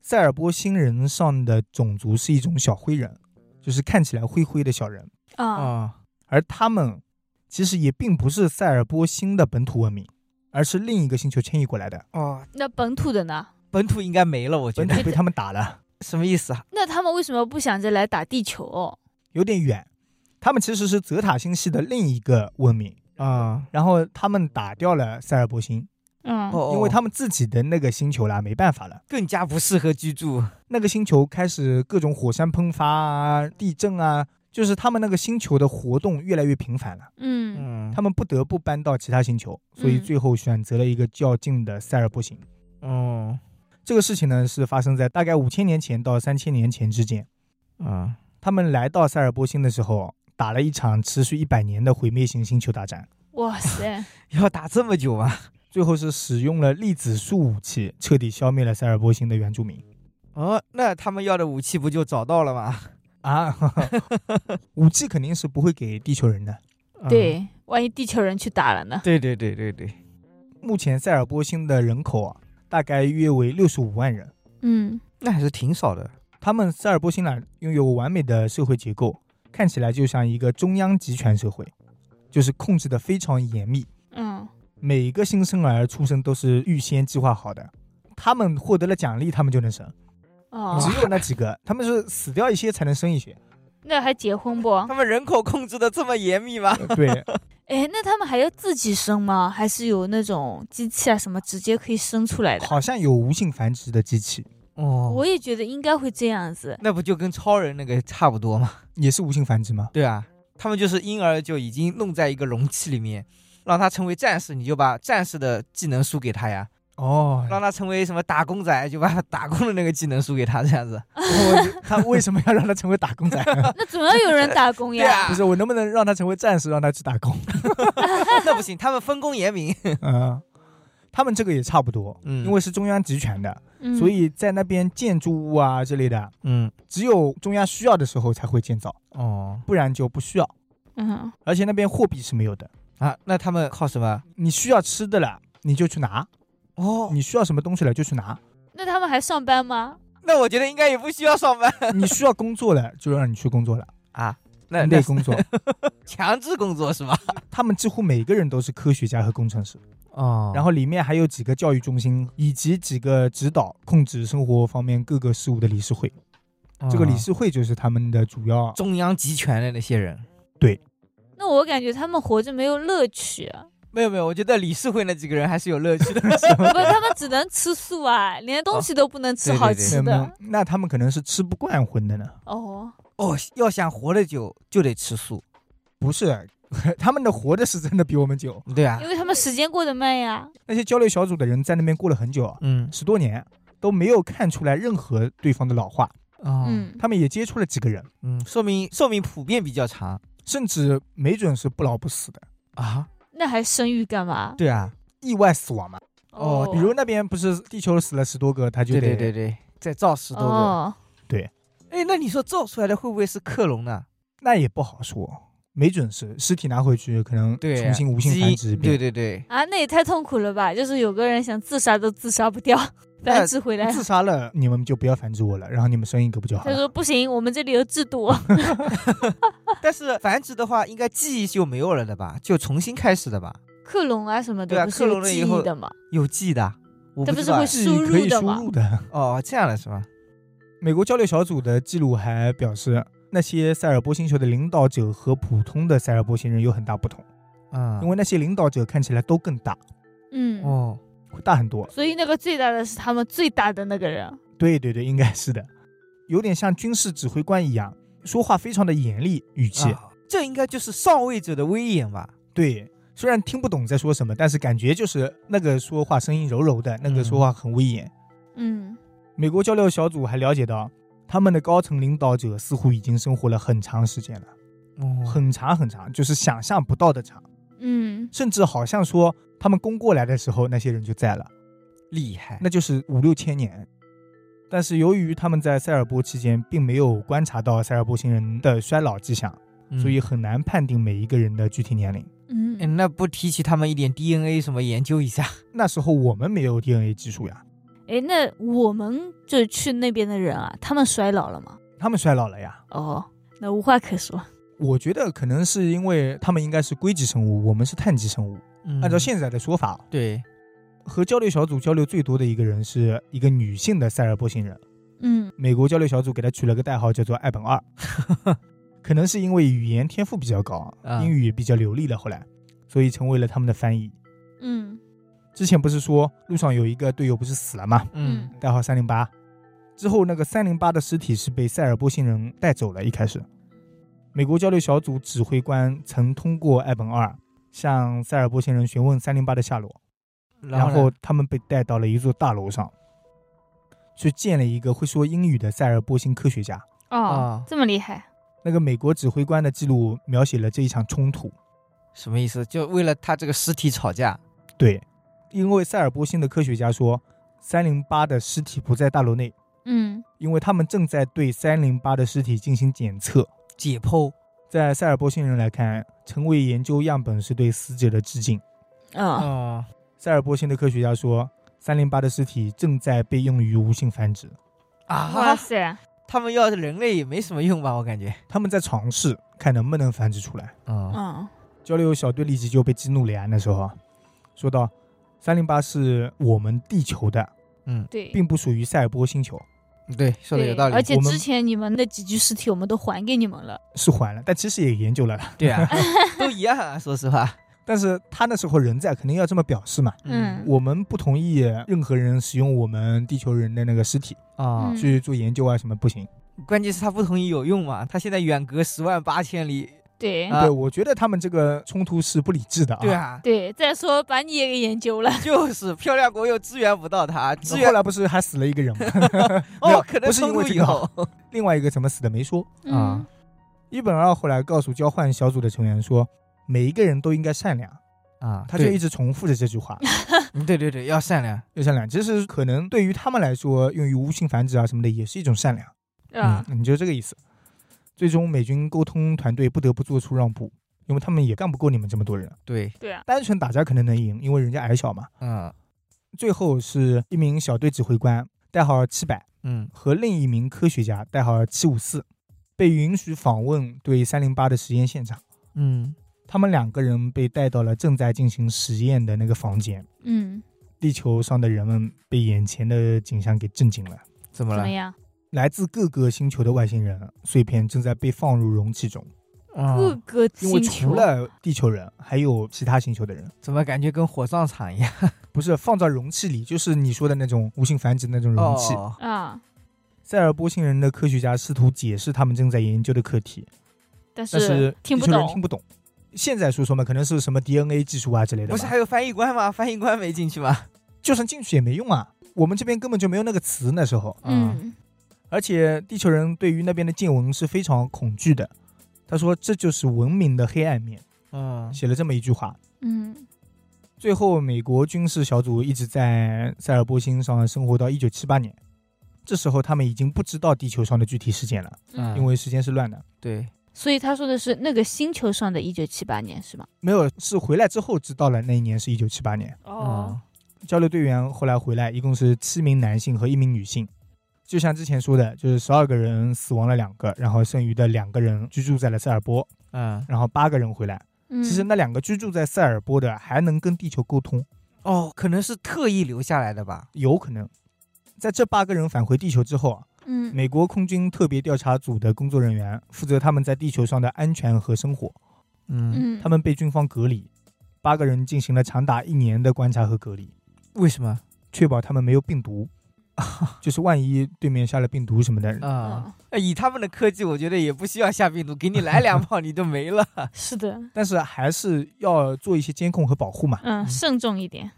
[SPEAKER 1] 塞尔波星人上的种族是一种小灰人，就是看起来灰灰的小人，
[SPEAKER 2] 啊
[SPEAKER 3] 啊，
[SPEAKER 1] 而他们其实也并不是塞尔波星的本土文明，而是另一个星球迁移过来的。
[SPEAKER 3] 哦，
[SPEAKER 2] 那本土的呢？
[SPEAKER 3] 本土应该没了，我觉
[SPEAKER 1] 本
[SPEAKER 3] 得
[SPEAKER 1] 土被他们打了，
[SPEAKER 3] 什么意思啊？
[SPEAKER 2] 那他们为什么不想着来打地球、
[SPEAKER 1] 有点远。他们其实是泽塔星系的另一个文明，
[SPEAKER 3] 啊，
[SPEAKER 1] 然后他们打掉了塞尔波星，
[SPEAKER 2] 嗯
[SPEAKER 3] 哦，
[SPEAKER 1] 因为他们自己的那个星球啦，没办法了。
[SPEAKER 3] 更加不适合居住。
[SPEAKER 1] 那个星球开始各种火山喷发啊、地震啊，就是他们那个星球的活动越来越频繁了，
[SPEAKER 2] 嗯
[SPEAKER 3] 嗯，
[SPEAKER 1] 他们不得不搬到其他星球，所以
[SPEAKER 2] 嗯
[SPEAKER 1] 最后选择了一个较近的塞尔波星。
[SPEAKER 3] 哦，
[SPEAKER 1] 这个事情呢是发生在大概五千年前到三千年前之间。
[SPEAKER 3] 啊，
[SPEAKER 1] 他们来到塞尔波星的时候，打了一场持续一百年的毁灭性星球大战，
[SPEAKER 2] 哇塞，
[SPEAKER 3] 要打这么久吗？啊
[SPEAKER 1] 最后是使用了粒子束武器，彻底消灭了塞尔波星的原住民。
[SPEAKER 3] 哦，那他们要的武器不就找到了吗？
[SPEAKER 1] 啊， 武器肯定是不会给地球人的。
[SPEAKER 3] 嗯，
[SPEAKER 2] 对，万一地球人去打了呢？
[SPEAKER 3] 对对对对对，
[SPEAKER 1] 目前塞尔波星的人口啊，大概约为六十五万人。
[SPEAKER 2] 嗯
[SPEAKER 3] 那还是挺少的。
[SPEAKER 1] 他们塞尔波星呢，拥有完美的社会结构，看起来就像一个中央集权社会，就是控制的非常严密。
[SPEAKER 2] 嗯，
[SPEAKER 1] 每一个新生儿出生都是预先计划好的，他们获得了奖励，他们就能生。
[SPEAKER 2] 哦，
[SPEAKER 3] 嗯
[SPEAKER 1] 只有那几个，他们是死掉一些才能生一些。
[SPEAKER 2] 那还结婚不？
[SPEAKER 3] 他们人口控制的这么严密吗？
[SPEAKER 1] 对，
[SPEAKER 2] 哎，那他们还要自己生吗？还是有那种机器啊什么直接可以生出来的？
[SPEAKER 1] 好像有无性繁殖的机器，
[SPEAKER 3] 哦
[SPEAKER 2] 我，也觉得应该会这样 子。
[SPEAKER 3] 那不就跟超人那个差不多吗？
[SPEAKER 1] 也是无性繁殖吗？
[SPEAKER 3] 对啊，他们就是婴儿就已经弄在一个容器里面，让他成为战士，你就把战士的技能输给他呀；
[SPEAKER 1] 哦，
[SPEAKER 3] 让他成为什么打工仔，就把打工的那个技能输给他，这样子。
[SPEAKER 1] 我他为什么要让他成为打工仔？
[SPEAKER 2] 那总要有人打工
[SPEAKER 3] 对
[SPEAKER 2] 呀。
[SPEAKER 3] 啊
[SPEAKER 1] 不，是我能不能让他成为战士，让他去打工？
[SPEAKER 3] 那不行，他们分工严明。
[SPEAKER 1] 嗯，他们这个也差不多，
[SPEAKER 3] 嗯
[SPEAKER 1] 因为是中央集权的，
[SPEAKER 2] 嗯
[SPEAKER 1] 所以在那边建筑物啊之类的，
[SPEAKER 3] 嗯，
[SPEAKER 1] 只有中央需要的时候才会建造，
[SPEAKER 3] 哦，
[SPEAKER 1] 不然就不需要。
[SPEAKER 2] 嗯，
[SPEAKER 1] 而且那边货币是没有的，
[SPEAKER 3] 啊，那他们靠什么？
[SPEAKER 1] 你需要吃的了你就去拿，
[SPEAKER 3] 哦，
[SPEAKER 1] 你需要什么东西了就去拿，
[SPEAKER 2] 那他们还上班吗？
[SPEAKER 3] 那我觉得应该也不需要上班
[SPEAKER 1] 你需要工作了就让你去工作了，
[SPEAKER 3] 啊。 那
[SPEAKER 1] 你得
[SPEAKER 3] 那
[SPEAKER 1] 工作。
[SPEAKER 3] 强制工作是吧？
[SPEAKER 1] 他们几乎每个人都是科学家和工程师，
[SPEAKER 3] 哦
[SPEAKER 1] 然
[SPEAKER 3] 后
[SPEAKER 1] 后里面还有几个教育中心以及几个指导控制生活方面各个事务的理事会。
[SPEAKER 3] 哦
[SPEAKER 1] 这个理事会就是他们的主要。
[SPEAKER 3] 中央集权的那些人，
[SPEAKER 2] 那我感觉他们活着没有乐趣啊，
[SPEAKER 3] 没有没有，我觉得理事会那几个人还是有乐 趣的。
[SPEAKER 2] 不，他们只能吃素啊，连东西都不能吃
[SPEAKER 3] 哦对对
[SPEAKER 2] 好
[SPEAKER 3] 对
[SPEAKER 1] 没有
[SPEAKER 2] 吃
[SPEAKER 1] 没有
[SPEAKER 2] 的。
[SPEAKER 1] 嗯那他们可能是吃不惯荤的呢？
[SPEAKER 2] 哦，
[SPEAKER 3] 哦，要想活得久，就得吃素。
[SPEAKER 1] 不是， 他们的活的是真的比我们久。
[SPEAKER 3] 对啊
[SPEAKER 2] 因，为他们时间过得慢呀。
[SPEAKER 1] 那些交流小组的人在那边过了很久，啊
[SPEAKER 3] 嗯
[SPEAKER 1] 十多年都没有看出来任何对方的老化。
[SPEAKER 3] 哦
[SPEAKER 2] 嗯，
[SPEAKER 1] 他们也接触了几个人，
[SPEAKER 3] 嗯，说明寿命普遍比较长
[SPEAKER 1] 甚至没准是不老不死的，
[SPEAKER 3] 啊。
[SPEAKER 2] 那还生育干嘛？
[SPEAKER 3] 对啊，
[SPEAKER 1] 意外死亡嘛。
[SPEAKER 3] 哦
[SPEAKER 1] 比如那边不是地球死了十多个，他就
[SPEAKER 3] 对啊
[SPEAKER 1] 得
[SPEAKER 3] 对对对，再造十多个。
[SPEAKER 2] 哦，
[SPEAKER 3] 哎，那你说造出来的会不会是克隆呢？
[SPEAKER 1] 那也不好说。没准是尸体拿回去，可能
[SPEAKER 3] 对啊，
[SPEAKER 1] 重新无性繁
[SPEAKER 3] 基
[SPEAKER 1] 殖
[SPEAKER 3] 因
[SPEAKER 1] 一
[SPEAKER 3] 对
[SPEAKER 1] 遍。
[SPEAKER 3] 对对，
[SPEAKER 2] 啊，那也太痛苦了吧！就是有个人想自杀都自杀不掉，繁殖回来。
[SPEAKER 1] 自杀了，你们就不要繁殖我了，然后你们生一个不就好
[SPEAKER 2] 他
[SPEAKER 1] 了？
[SPEAKER 2] 说不行，我们这里有制度。
[SPEAKER 3] 但是繁殖的话，应该记忆就没有了的吧？就重新开始的吧？
[SPEAKER 2] 克隆啊什么
[SPEAKER 3] 对
[SPEAKER 2] 的，
[SPEAKER 3] 啊
[SPEAKER 2] 不是
[SPEAKER 3] 克
[SPEAKER 2] 有
[SPEAKER 3] 隆了
[SPEAKER 2] 记
[SPEAKER 3] 以后
[SPEAKER 2] 忆的吗？
[SPEAKER 3] 有记忆的啊，我
[SPEAKER 2] 它
[SPEAKER 3] 不
[SPEAKER 2] 不
[SPEAKER 3] 知
[SPEAKER 2] 是
[SPEAKER 3] 道
[SPEAKER 2] 会
[SPEAKER 3] 哎
[SPEAKER 1] 记忆可以输入的，
[SPEAKER 3] 哦，这样了是吧？
[SPEAKER 1] 美国交流小组的记录还表示，那些塞尔波星球的领导者和普通的塞尔波星人有很大不同，
[SPEAKER 3] 嗯，
[SPEAKER 1] 因为那些领导者看起来都更大，
[SPEAKER 2] 嗯，
[SPEAKER 3] 哦，
[SPEAKER 1] 会大很多。
[SPEAKER 2] 所以那个最大的是他们最大的那个人。
[SPEAKER 1] 对对对，应该是的，有点像军事指挥官一样，说话非常的严厉语气，
[SPEAKER 3] 啊这应该就是上位者的威严吧？
[SPEAKER 1] 对，虽然听不懂在说什么，但是感觉就是那个说话声音柔柔的，那个说话很威严。
[SPEAKER 2] 嗯
[SPEAKER 1] 美国交流小组还了解到，他们的高层领导者似乎已经生活了很长时间了，
[SPEAKER 3] 哦
[SPEAKER 1] 很长很长，就是想象不到的长，
[SPEAKER 2] 嗯
[SPEAKER 1] 甚至好像说他们攻过来的时候，那些人就在了，
[SPEAKER 3] 厉害。
[SPEAKER 1] 那就是五六千年。但是由于他们在塞尔波期间并没有观察到塞尔波星人的衰老迹象，
[SPEAKER 3] 那
[SPEAKER 1] 所以很难判定每一个人的具体年龄。
[SPEAKER 3] 哎，
[SPEAKER 2] 嗯
[SPEAKER 3] 那不提起他们一点 DNA 什么研究一下？
[SPEAKER 1] 那时候我们没有 DNA 技术呀，
[SPEAKER 2] 哎，那我们就去那边的人啊，他们衰老了吗？
[SPEAKER 1] 他们衰老了呀。
[SPEAKER 2] 哦，那无话可说。
[SPEAKER 1] 我觉得可能是因为他们应该是硅基生物，我们是碳基生物。按照现在的说法，
[SPEAKER 3] 嗯对，
[SPEAKER 1] 和交流小组交流最多的一个人是一个女性的塞尔波星人。
[SPEAKER 2] 嗯
[SPEAKER 1] 美国交流小组给她取了个代号叫做“爱本 二”，可能是因为语言天赋比较高，
[SPEAKER 3] 啊
[SPEAKER 1] 英语也比较流利了，后来，所以成为了他们的翻译。
[SPEAKER 2] 嗯
[SPEAKER 1] 之前不是说路上有一个队友不是死了吗？
[SPEAKER 2] 嗯
[SPEAKER 1] 代号三零八。之后那个三零八的尸体是被塞尔波星人带走了。一开始，美国交流小组指挥官曾通过艾本二向塞尔波星人询问三零八的下落，
[SPEAKER 2] 嗯
[SPEAKER 1] 然
[SPEAKER 3] 后
[SPEAKER 1] 后他们被带到了一座大楼上，去见了一个会说英语的塞尔波星科学家。
[SPEAKER 2] 哦
[SPEAKER 3] 啊，
[SPEAKER 2] 这么厉害。
[SPEAKER 1] 那个美国指挥官的记录描写了这一场冲突。
[SPEAKER 3] 什么意思？就为了他这个尸体吵架？
[SPEAKER 1] 对，因为塞尔波星的科学家说，三零八的尸体不在大楼内，
[SPEAKER 2] 嗯
[SPEAKER 1] 因为他们正在对三零八的尸体进行检测。
[SPEAKER 3] 解剖
[SPEAKER 1] 在塞尔波星人来看，成为研究样本是对死者的致敬。
[SPEAKER 2] 啊
[SPEAKER 3] 哦，
[SPEAKER 1] 塞尔波星的科学家说，三零八的尸体正在被用于无性繁殖，
[SPEAKER 2] 哇
[SPEAKER 3] 啊！
[SPEAKER 2] 塞，
[SPEAKER 3] 他们要人类也没什么用吧？我感觉。
[SPEAKER 1] 他们在尝试看能不能繁殖出来。
[SPEAKER 3] 嗯
[SPEAKER 2] 嗯
[SPEAKER 1] 交流小队立即就被激怒了呀！那时候啊说到，三零八是我们地球的，
[SPEAKER 3] 嗯，
[SPEAKER 2] 对，
[SPEAKER 1] 并不属于塞尔波星球，
[SPEAKER 3] 对，说的有
[SPEAKER 2] 对
[SPEAKER 3] 道理。
[SPEAKER 2] 而且
[SPEAKER 1] 我们
[SPEAKER 2] 之前你们那几具尸体我们都还给你们了。
[SPEAKER 1] 是还了，但其实也研究了啦。
[SPEAKER 3] 对 啊，都一样啊，说实话。
[SPEAKER 1] 但是他那时候人在，肯定要这么表示嘛。
[SPEAKER 2] 嗯
[SPEAKER 1] 我们不同意任何人使用我们地球人的那个尸体
[SPEAKER 3] 啊
[SPEAKER 2] 嗯，
[SPEAKER 1] 去做研究啊，什么不行。
[SPEAKER 3] 关键是他不同意有用嘛？他现在远隔十万八千里。
[SPEAKER 2] 对、
[SPEAKER 3] 啊
[SPEAKER 1] 对，我觉得他们这个冲突是不理智的啊。
[SPEAKER 3] 对，啊，
[SPEAKER 2] 对，再说把你也给研究了。
[SPEAKER 3] 就是漂亮国又支援不到他，支
[SPEAKER 1] 后
[SPEAKER 3] 援
[SPEAKER 1] 来不是还死了一个人吗？ 没有
[SPEAKER 3] 哦，可能
[SPEAKER 1] 不是因
[SPEAKER 3] 冲
[SPEAKER 1] 为
[SPEAKER 3] 突
[SPEAKER 1] 这
[SPEAKER 3] 以
[SPEAKER 1] 个
[SPEAKER 3] 后，
[SPEAKER 1] 另外一个怎么死的没说。
[SPEAKER 2] 嗯
[SPEAKER 3] 啊
[SPEAKER 1] 一本二后来告诉交换小组的成员说，每一个人都应该善良，
[SPEAKER 3] 啊，
[SPEAKER 1] 他就
[SPEAKER 3] 对
[SPEAKER 1] 一直重复着这句 话，
[SPEAKER 3] 嗯对对对，要善良。
[SPEAKER 1] 要善良。其实可能对于他们来说，用于无性繁殖啊什么的也是一种善良。
[SPEAKER 2] 啊，
[SPEAKER 1] 嗯，你就这个意思。最终，美军沟通团队不得不做出让步，因为他们也干不过你们这么多人。
[SPEAKER 3] 对，
[SPEAKER 2] 对啊，
[SPEAKER 1] 单纯打架可能能赢，因为人家矮小嘛。
[SPEAKER 3] 嗯
[SPEAKER 1] 最后是一名小队指挥官，代号七百，
[SPEAKER 3] 嗯
[SPEAKER 1] 和另一名科学家，代号七五四，被允许访问对三零八的实验现场。
[SPEAKER 3] 嗯，
[SPEAKER 1] 他们两个人被带到了正在进行实验的那个房间，
[SPEAKER 2] 嗯，
[SPEAKER 1] 地球上的人们被眼前的景象给震惊了。
[SPEAKER 3] 怎么
[SPEAKER 2] 怎
[SPEAKER 3] 了
[SPEAKER 2] 么？样？
[SPEAKER 1] 来自各个星球的外星人啊碎片正在被放入容器中，
[SPEAKER 3] 啊，
[SPEAKER 2] 各个
[SPEAKER 1] 因为
[SPEAKER 2] 星
[SPEAKER 1] 除
[SPEAKER 2] 球，
[SPEAKER 1] 了地球人，还有其他星球的人，
[SPEAKER 3] 怎么感觉跟火葬场一样？
[SPEAKER 1] 不是放到容器里，就是你说的那种无性繁殖那种容器。
[SPEAKER 3] 哦
[SPEAKER 2] 啊，
[SPEAKER 1] 塞尔波星人的科学家试图解释他们正在研究的课题，
[SPEAKER 2] 但
[SPEAKER 1] 但是
[SPEAKER 2] 听不
[SPEAKER 1] 地球人
[SPEAKER 2] 懂，
[SPEAKER 1] 听不懂。现在说说嘛，可能是什么 DNA 技术啊之类的吧，
[SPEAKER 3] 不是还有翻译官吗？翻译官没进去吗？
[SPEAKER 1] 就算进去也没用啊。我们这边根本就没有那个词那时候，
[SPEAKER 2] 嗯
[SPEAKER 1] 而且地球人对于那边的见闻是非常恐惧的。他说这就是文明的黑暗面，
[SPEAKER 3] 嗯
[SPEAKER 1] 写了这么一句话。啊
[SPEAKER 2] 嗯
[SPEAKER 1] 最后，美国军事小组一直在塞尔波星上生活到一九七八年，这时候他们已经不知道地球上的具体事件了，
[SPEAKER 3] 嗯
[SPEAKER 1] 因为时间是乱的。
[SPEAKER 3] 对，
[SPEAKER 2] 所以他说的是那个星球上的1978年是吗？
[SPEAKER 1] 没有，是回来之后知道了那一年是一九七八年。
[SPEAKER 2] 哦
[SPEAKER 3] 嗯，
[SPEAKER 1] 交流队员后来回来，一共是七名男性和一名女性。就像之前说的，就是十二个人死亡了两个，然后剩余的两个人居住在了塞尔波，
[SPEAKER 3] 嗯，
[SPEAKER 1] 然后八个人回来。
[SPEAKER 2] 嗯，
[SPEAKER 1] 其实那两个居住在塞尔波的还能跟地球沟通，
[SPEAKER 3] 哦，可能是特意留下来的吧？
[SPEAKER 1] 有可能。在这八个人返回地球之后啊，
[SPEAKER 2] 嗯
[SPEAKER 1] 美国空军特别调查组的工作人员负责他们在地球上的安全和生活。
[SPEAKER 3] 嗯，
[SPEAKER 2] 嗯，
[SPEAKER 1] 他们被军方隔离，八个人进行了长达一年的观察和隔离，
[SPEAKER 3] 为什么？
[SPEAKER 1] 确保他们没有病毒。就是万一对面下了病毒什么的，
[SPEAKER 2] 嗯
[SPEAKER 3] 啊、以他们的科技，我觉得也不需要下病毒，给你来 两炮你就没了。
[SPEAKER 2] 哦是的，
[SPEAKER 1] 但是还是要做一些监控和保护嘛，
[SPEAKER 3] 嗯
[SPEAKER 2] 嗯，慎重一点。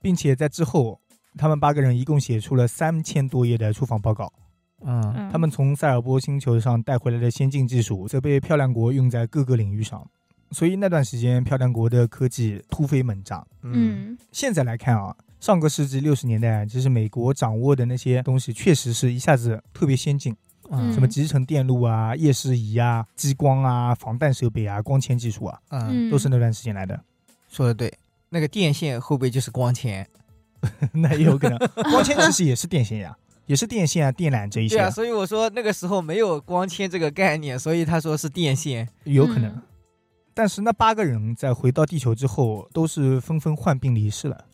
[SPEAKER 1] 并且在之后，他们八个人一共写出了三千多页的出访报告。
[SPEAKER 3] 嗯，
[SPEAKER 2] 嗯，
[SPEAKER 1] 他们从塞尔波星球上带回来的先进技术，则被漂亮国用在各个领域上。所以那段时间，漂亮国的科技突飞猛涨。
[SPEAKER 2] 嗯
[SPEAKER 1] 现在来看啊，上个世纪六十年代，啊其实美国掌握的那些东西，确实是一下子特别先进，
[SPEAKER 3] 嗯
[SPEAKER 1] 什么集成电路啊、夜视仪啊、激光啊、防弹设备啊、光纤技术啊，
[SPEAKER 3] 嗯，
[SPEAKER 2] 嗯，
[SPEAKER 1] 都是那段时间来的。
[SPEAKER 3] 说的对，那个电线后背就是光纤。
[SPEAKER 1] 那也有 可能，光纤其实也是电线呀、也是电线啊、电缆这一些
[SPEAKER 3] 对
[SPEAKER 1] 啊、
[SPEAKER 3] 啊，所以我说那个时候没有光纤这个概念，所以他说是电线。
[SPEAKER 1] 有可能。
[SPEAKER 2] 嗯
[SPEAKER 1] 但是那八个人在回到地球之后，都是纷纷患病离世了。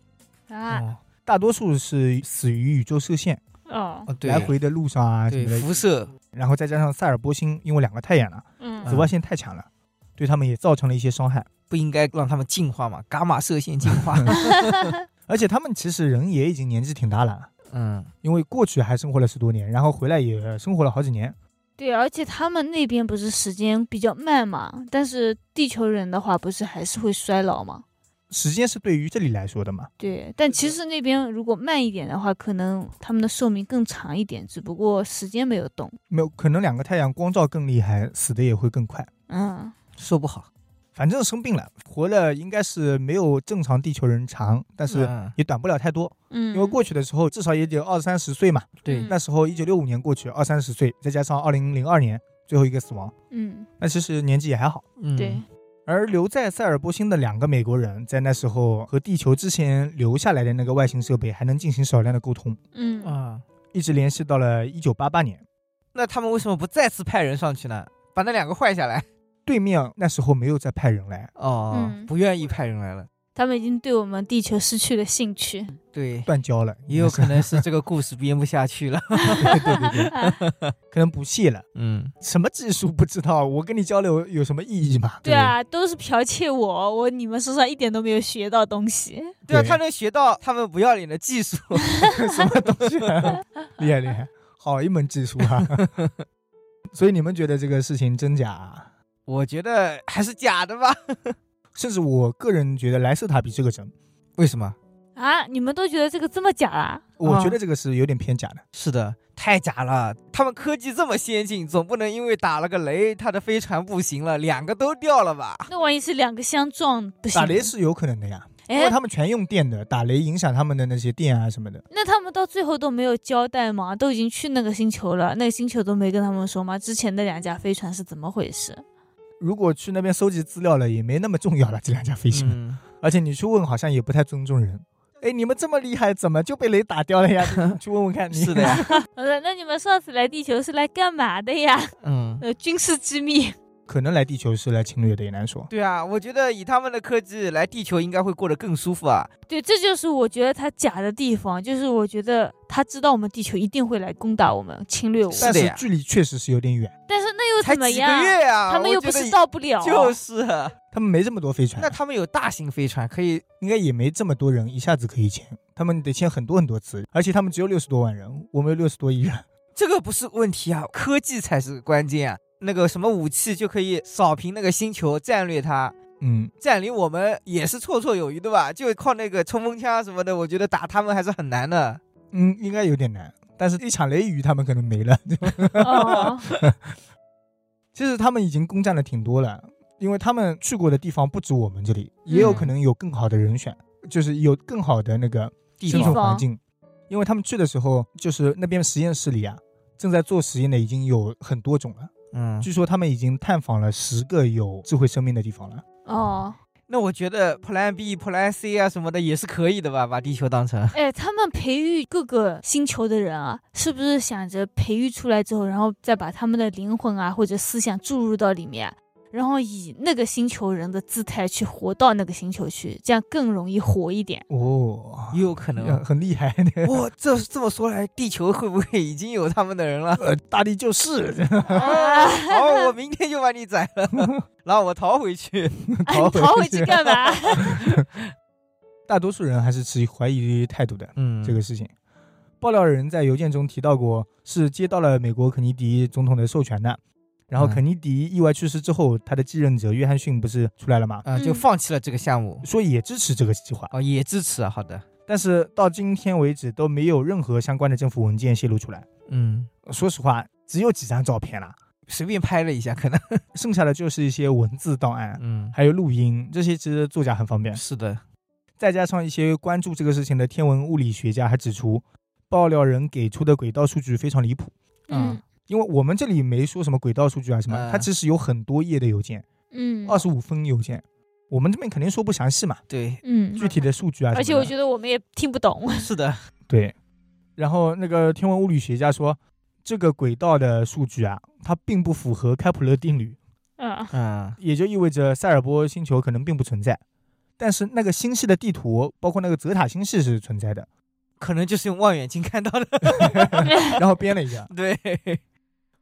[SPEAKER 2] 啊
[SPEAKER 3] 哦
[SPEAKER 1] 大多数是死于宇宙射线
[SPEAKER 2] 哦，
[SPEAKER 3] 哦，对，
[SPEAKER 1] 来回的路上啊什
[SPEAKER 3] 对
[SPEAKER 1] 么的，
[SPEAKER 3] 辐射，
[SPEAKER 1] 然后再加上塞尔波星，因为两个太阳了，啊紫
[SPEAKER 2] 嗯
[SPEAKER 1] 外线太强了，对他们也造成了一些伤害。
[SPEAKER 3] 不应该让他们进化嘛，伽马射线进化。
[SPEAKER 1] 而且他们其实人也已经年纪挺大了，
[SPEAKER 3] 嗯，
[SPEAKER 1] 因为过去还生活了十多年，然后回来也生活了好几年。
[SPEAKER 2] 对，而且他们那边不是时间比较慢嘛，但是地球人的话不是还是会衰老嘛？
[SPEAKER 1] 时间是对于这里来说的嘛，
[SPEAKER 2] 对，但其实那边如果慢一点的话，可能他们的寿命更长一点，只不过时间没有动。
[SPEAKER 1] 没有可能两个太阳光照更厉害，死的也会更快。
[SPEAKER 2] 嗯，
[SPEAKER 3] 说不好，
[SPEAKER 1] 反正生病了，活了应该是没有正常地球人长，但是
[SPEAKER 3] 嗯
[SPEAKER 1] 也短不了太多，
[SPEAKER 2] 嗯，
[SPEAKER 1] 因为过去的时候至少也得二三十岁嘛。
[SPEAKER 3] 对，
[SPEAKER 1] 那时候一九六五年过去，二三十岁，再加上二零零二年最后一个死亡，
[SPEAKER 2] 嗯，
[SPEAKER 1] 那其实年纪也还好。
[SPEAKER 3] 嗯
[SPEAKER 2] 对，，
[SPEAKER 1] 而留在塞尔波星的两个美国人，在那时候和地球之前留下来的那个外星设备还能进行少量的沟通，
[SPEAKER 2] 嗯，
[SPEAKER 3] 啊，
[SPEAKER 1] 一直联系到了一九八八年。
[SPEAKER 3] 那他们为什么不再次派人上去呢？把那两个换下来。
[SPEAKER 1] 对面那时候没有再派人来，
[SPEAKER 3] 哦
[SPEAKER 2] 嗯，
[SPEAKER 3] 不愿意派人来了。
[SPEAKER 2] 他们已经对我们地球失去了兴趣。
[SPEAKER 3] 对，
[SPEAKER 1] 断交了，
[SPEAKER 3] 也有可能
[SPEAKER 1] 是
[SPEAKER 3] 是这个故事编不下去了。
[SPEAKER 1] 对对对，
[SPEAKER 2] 啊
[SPEAKER 1] 可能不屑了。
[SPEAKER 3] 嗯，
[SPEAKER 1] 什么技术不知道，我跟你交流有什么意义嘛？
[SPEAKER 2] 对啊，都是剽窃我，我你们身上一点都没有学到东西。
[SPEAKER 1] 不对，
[SPEAKER 3] 对啊，他能学到他们不要脸的技术。
[SPEAKER 1] 什么东西、啊，厉害厉害，好一门技术啊！ 所以你们觉得这个事情真假啊？
[SPEAKER 3] 我觉得还是假的吧。
[SPEAKER 1] 甚至我个人觉得莱斯塔比这个真，
[SPEAKER 3] 为什么？
[SPEAKER 2] 啊，你们都觉得这个这么假啊啦？
[SPEAKER 3] 啊
[SPEAKER 1] 我觉得这个是有点偏假的。
[SPEAKER 3] 是的，太假了。他们科技这么先进，总不能因为打了个雷，他的飞船不行了，两个都掉了吧？
[SPEAKER 2] 啊那万一是两个相撞不行？
[SPEAKER 1] 打雷是有可能的呀，因为
[SPEAKER 2] 哎，
[SPEAKER 1] 他们全用电的，打雷影响他们的那些电啊什么的。
[SPEAKER 2] 那他们到最后都没有交代吗？都已经去那个星球了，那个星球都没跟他们说吗？之前的两架飞船是怎么回事？
[SPEAKER 1] 如果去那边搜集资料了，也没那么重要了。这两架飞行，
[SPEAKER 3] 嗯，
[SPEAKER 1] 而且你去问，好像也不太尊重人。哎，你们这么厉害，怎么就被雷打掉了呀？ 你 去问问看。你
[SPEAKER 3] 是 的呀。
[SPEAKER 2] 呃，那你们上次来地球是来干嘛的呀？
[SPEAKER 3] 嗯，
[SPEAKER 2] 呃，军事机密。
[SPEAKER 1] 可能来地球是来侵略的，也难说。
[SPEAKER 3] 对啊，我觉得以他们的科技来地球，应该会过得更舒服啊。
[SPEAKER 2] 对，这就是我觉得他假的地方，就是我觉得他知道我们地球一定会来攻打我们、侵略我们，
[SPEAKER 1] 但
[SPEAKER 3] 是的
[SPEAKER 1] 是
[SPEAKER 3] 呀
[SPEAKER 1] 距离确实是有点远，
[SPEAKER 2] 但是那又
[SPEAKER 3] 才
[SPEAKER 2] 怎么
[SPEAKER 3] 几
[SPEAKER 2] 样
[SPEAKER 3] 个？月啊，
[SPEAKER 2] 他们
[SPEAKER 3] 我
[SPEAKER 2] 又
[SPEAKER 3] 觉
[SPEAKER 2] 不
[SPEAKER 3] 得
[SPEAKER 2] 是到不了，
[SPEAKER 3] 就是，啊
[SPEAKER 1] 他们没这么多飞船
[SPEAKER 3] 那，他们有大型飞船可以，
[SPEAKER 1] 应该也没这么多人一下子可以签，他们得签很多很多次，而且他们只有六十多万人，我们有六十多亿人。
[SPEAKER 3] 这个不是问题啊，科技才是关键啊。那个什么武器就可以扫平那个星球，战略它，
[SPEAKER 1] 嗯，
[SPEAKER 3] 占领我们也是绰绰有余的吧？就靠那个冲锋枪什么的，我觉得打他们还是很难的。
[SPEAKER 1] 嗯，应该有点难，但是一场雷雨他们可能没了。
[SPEAKER 2] 哦，
[SPEAKER 1] 其实他们已经攻占了挺多了，因为他们去过的地方不止我们这里，也有可能有更好的人选，就是有更好的那个
[SPEAKER 3] 地
[SPEAKER 1] 生
[SPEAKER 2] 方
[SPEAKER 1] 存环境。因为他们去的时候，就是那边实验室里啊，正在做实验的已经有很多种了。
[SPEAKER 3] 嗯，
[SPEAKER 1] 据说他们已经探访了十个有智慧生命的地方了。
[SPEAKER 2] 哦，
[SPEAKER 3] 那我觉得 Plan B、Plan C 啊什么的也是可以的吧？把地球当成
[SPEAKER 2] 哎，他们培育各个星球的人啊，是不是想着培育出来之后，然后再把他们的灵魂啊或者思想注入到里面，然后以那个星球人的姿态去活到那个星球去，这样更容易活一点？
[SPEAKER 1] 哦，
[SPEAKER 3] 也有可能。
[SPEAKER 1] 很厉害
[SPEAKER 3] 哇，这这么说来，地球会不会已经有他们的人 了？
[SPEAKER 1] 呃，大力就是
[SPEAKER 2] 啊
[SPEAKER 3] 哦，好，我明天就把你宰 了，然后我逃回去。
[SPEAKER 2] 哎，你逃回去 干嘛？
[SPEAKER 1] 大多数人还是持怀疑态度的、
[SPEAKER 3] 嗯
[SPEAKER 1] 这个事情。爆料人在邮件中提到过，是接到了美国肯尼迪总统的授权的。然后
[SPEAKER 3] 嗯
[SPEAKER 1] 肯尼迪意外去世之后，他的继任者约翰逊不是出来了吗？
[SPEAKER 3] 嗯，就
[SPEAKER 2] 嗯
[SPEAKER 3] 放弃了这个项目。
[SPEAKER 1] 说也支持这个计划，
[SPEAKER 3] 哦，也支持啊，好的，
[SPEAKER 1] 但是到今天为止都没有任何相关的政府文件泄露出来。
[SPEAKER 3] 嗯，
[SPEAKER 1] 说实话，只有几张照片啦，
[SPEAKER 3] 随便拍了一下，可能，
[SPEAKER 1] 剩下的就是一些文字档案，
[SPEAKER 3] 嗯，
[SPEAKER 1] 还有录音，这些其实作假很方便。
[SPEAKER 3] 是的，
[SPEAKER 1] 再加上一些关注这个事情的天文物理学家还指出，爆料人给出的轨道数据非常离谱，
[SPEAKER 2] 嗯
[SPEAKER 1] 因为我们这里没说什么轨道数据啊什么，
[SPEAKER 3] 嗯
[SPEAKER 1] 它其实有很多页的邮件，
[SPEAKER 2] 嗯
[SPEAKER 1] 二十五封邮件，我们这边肯定说不详细嘛，
[SPEAKER 3] 对，
[SPEAKER 2] 嗯，
[SPEAKER 1] 具体的数据啊什么的。
[SPEAKER 2] 而且我觉得我们也听 不懂，
[SPEAKER 3] 是的，
[SPEAKER 1] 对，然后那个天文物理学家说，这个轨道的数据啊，它并不符合开普勒定律，
[SPEAKER 2] 嗯
[SPEAKER 3] 嗯，
[SPEAKER 1] 也就意味着塞尔波星球可能并不存在。但是那个星系的地图，包括那个泽塔星系是存在的，
[SPEAKER 3] 可能就是用望远镜看到的，
[SPEAKER 1] 然后编了一个。
[SPEAKER 3] 对，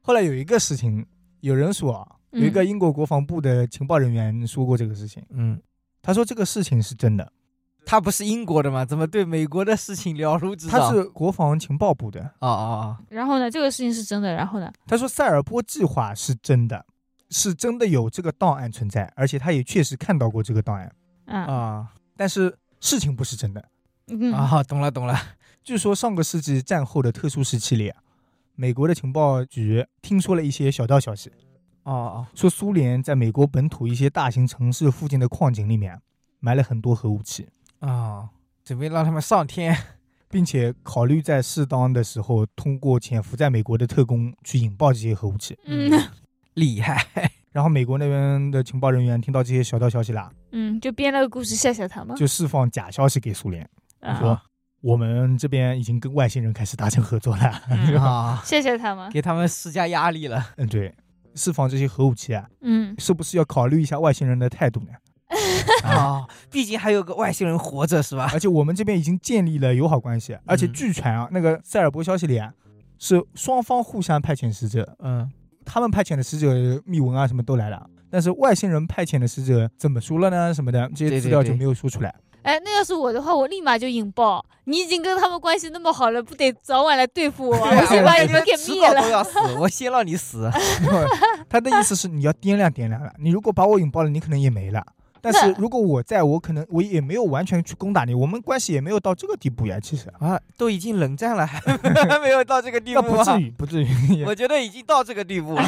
[SPEAKER 1] 后来有一个事情，有人说啊，有一
[SPEAKER 2] 嗯
[SPEAKER 1] 个英国国防部的情报人员说过这个事情，
[SPEAKER 3] 嗯，
[SPEAKER 1] 他说这个事情是真的，
[SPEAKER 3] 他不是英国的吗？怎么对美国的事情了如指掌？
[SPEAKER 1] 他是国防情报部的，
[SPEAKER 3] 哦哦哦，
[SPEAKER 2] 然后呢，这个事情是真的，然后呢，
[SPEAKER 1] 他说塞尔波计划是真的，是真的有这个档案存在，而且他也确实看到过这个档案，
[SPEAKER 2] 啊
[SPEAKER 3] 啊
[SPEAKER 1] 但是事情不是真的。
[SPEAKER 2] 嗯
[SPEAKER 3] 啊，懂了懂了，
[SPEAKER 1] 据说上个世纪战后的特殊时期里啊，美国的情报局听说了一些小道消息，
[SPEAKER 3] 哦哦，
[SPEAKER 1] 说苏联在美国本土一些大型城市附近的矿井里面啊埋了很多核武器，
[SPEAKER 3] 啊，准备让他们上天。
[SPEAKER 1] 并且考虑在适当的时候通过潜伏在美国的特工去引爆这些核武器。
[SPEAKER 2] 嗯，
[SPEAKER 3] 厉害，
[SPEAKER 1] 然后美国那边的情报人员听到这些小道消息啦，
[SPEAKER 2] 嗯，就编了个故事吓吓
[SPEAKER 3] 啊
[SPEAKER 2] 他嘛，
[SPEAKER 1] 就释放假消息给苏联，
[SPEAKER 2] 啊
[SPEAKER 1] 说我们这边已经跟外星人开始达成合作了。
[SPEAKER 2] 嗯
[SPEAKER 3] 啊，
[SPEAKER 2] 吓吓他嘛，
[SPEAKER 3] 给他们施加压力了。
[SPEAKER 1] 嗯，对，释放这些核武器啊，
[SPEAKER 2] 嗯
[SPEAKER 1] 是不是要考虑一下外星人的态度 呢？
[SPEAKER 3] 啊，毕竟还有个外星人活着是吧？
[SPEAKER 1] 而且我们这边已经建立了友好关系，
[SPEAKER 3] 嗯
[SPEAKER 1] 而且据传啊，那个塞尔伯消息里啊，是双方互相派遣使者，
[SPEAKER 3] 嗯，
[SPEAKER 1] 他们派遣的使者密文啊什么都来了，但是外星人派遣的使者怎么说了呢？什么的这些
[SPEAKER 3] 对对
[SPEAKER 1] 资料就
[SPEAKER 3] 对
[SPEAKER 1] 没有说出来。
[SPEAKER 2] 哎，那要是我的话，我立马就引爆。你已经跟他们关系那么好了，不得早晚来对付我？
[SPEAKER 3] 对 啊
[SPEAKER 2] 我先把你
[SPEAKER 3] 感
[SPEAKER 2] 们
[SPEAKER 3] 觉
[SPEAKER 2] 给
[SPEAKER 3] 迟
[SPEAKER 2] 灭
[SPEAKER 3] 早都
[SPEAKER 2] 了。
[SPEAKER 3] 要死， 我先让你死。
[SPEAKER 1] 他的意思是你要掂量掂量了，你如果把我引爆了，你可能也没 了。但是
[SPEAKER 2] 那
[SPEAKER 1] 如果我在，我可能我也没有完全去攻打你，我们关系也没有到这个地步呀。其实
[SPEAKER 3] 啊，都已经冷战了，还还 没有到这个地
[SPEAKER 1] 那
[SPEAKER 3] 步
[SPEAKER 1] 不
[SPEAKER 3] 啊
[SPEAKER 1] 至！于，不至于。
[SPEAKER 3] 我觉得已经到这个 地步了。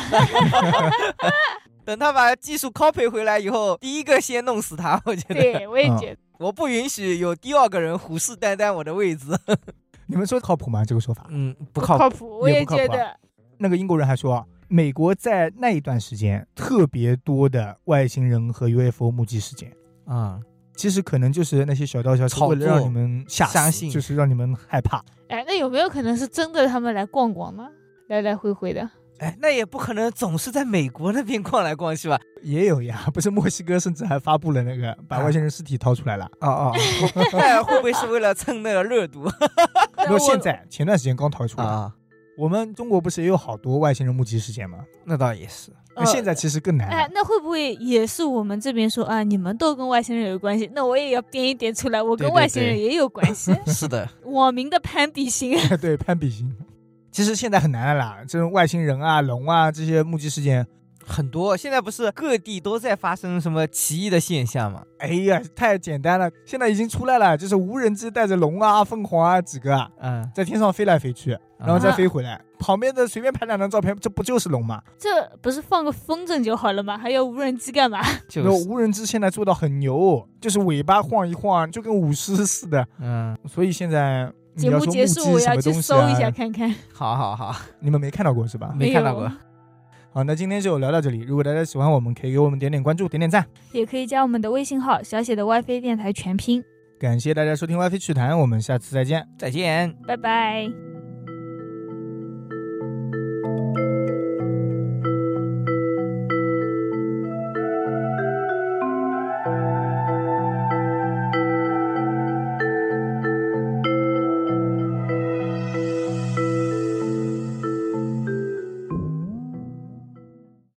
[SPEAKER 3] 等他把技术 copy 回来以后，第一个先弄死他。我觉得，
[SPEAKER 2] 对，我
[SPEAKER 1] 嗯
[SPEAKER 2] 也觉得，
[SPEAKER 3] 我不允许有第二个人虎视眈眈我的位置。
[SPEAKER 1] 你们说靠谱吗？这个说法？
[SPEAKER 3] 嗯，
[SPEAKER 2] 不
[SPEAKER 3] 不靠谱。
[SPEAKER 2] 靠谱，我
[SPEAKER 1] 也
[SPEAKER 2] 也
[SPEAKER 1] 不靠谱
[SPEAKER 2] 觉
[SPEAKER 1] 啊
[SPEAKER 2] 得，
[SPEAKER 1] 那个英国人还说，啊美国在那一段时间特别多的外星人和 UFO 目击事件，
[SPEAKER 3] 啊、
[SPEAKER 1] 其实可能就是那些小道消息，
[SPEAKER 3] 炒作
[SPEAKER 1] 为了让你们吓死
[SPEAKER 3] 相信
[SPEAKER 1] 就是让你们害怕。
[SPEAKER 2] 哎，那有没有可能是真的他们来逛逛呢？来来回回 的，
[SPEAKER 3] 哎，那也不可能总是在美国那边逛来逛去吧？
[SPEAKER 1] 也有呀，不是墨西哥甚至还发布了那个
[SPEAKER 3] 啊
[SPEAKER 1] 把外星人尸体掏出来了。
[SPEAKER 3] 哦哦，那会不会是为了蹭那个热度
[SPEAKER 1] 没有，现在前段时间刚掏出来。
[SPEAKER 3] 啊？
[SPEAKER 1] 我们中国不是也有好多外星人目击事件吗？
[SPEAKER 3] 那倒也是，
[SPEAKER 1] 那
[SPEAKER 2] 呃
[SPEAKER 1] 现在其实更难了。
[SPEAKER 2] 哎，那会不会也是我们这边说啊？你们都跟外星人有关系，那我也要编一点出来，我
[SPEAKER 3] 对
[SPEAKER 2] 跟
[SPEAKER 3] 对
[SPEAKER 2] 外星人
[SPEAKER 3] 对
[SPEAKER 2] 也有关 系。
[SPEAKER 3] 是的，
[SPEAKER 2] 网民的攀比心，啊
[SPEAKER 1] 对，攀比心。其实现在很难了啦，这种外星人啊、龙啊这些目击事件，
[SPEAKER 3] 很多现在不是各地都在发生什么奇异的现象吗？
[SPEAKER 1] 哎呀，太简单了。现在已经出来了，就是无人机带着龙啊、凤凰啊几个啊，
[SPEAKER 3] 嗯，啊
[SPEAKER 1] 在天上飞来飞去，然
[SPEAKER 2] 啊
[SPEAKER 1] 后再飞回来。旁边的随便拍两张照片，这不就是龙吗？
[SPEAKER 2] 这不是放个风筝就好了吗？还要无人机干嘛？
[SPEAKER 3] 就
[SPEAKER 1] 那
[SPEAKER 3] 是，
[SPEAKER 1] 无人机现在做到很牛，就是尾巴晃一晃，就跟舞狮似的。
[SPEAKER 3] 嗯，
[SPEAKER 1] 所以现在你
[SPEAKER 2] 节
[SPEAKER 1] 要
[SPEAKER 2] 目
[SPEAKER 1] 说
[SPEAKER 2] 结
[SPEAKER 1] 目
[SPEAKER 2] 束，
[SPEAKER 1] 击
[SPEAKER 2] 我
[SPEAKER 1] 什
[SPEAKER 2] 要
[SPEAKER 1] 么
[SPEAKER 2] 去
[SPEAKER 1] 东西
[SPEAKER 2] 搜一下
[SPEAKER 1] 啊，
[SPEAKER 2] 看看。
[SPEAKER 3] 好好好，
[SPEAKER 1] 你们没看到过是吧？
[SPEAKER 3] 没看到过
[SPEAKER 2] 有，
[SPEAKER 1] 好，那今天就聊到这里。如果大家喜欢我们，可以给我们点点关注，点点赞。
[SPEAKER 2] 也可以加我们的微信号“小写的 WiFi 电台全拼
[SPEAKER 1] 感谢大家收听 WiFi 趣谈，我们下次再见。”，
[SPEAKER 3] 再见。
[SPEAKER 2] 拜拜。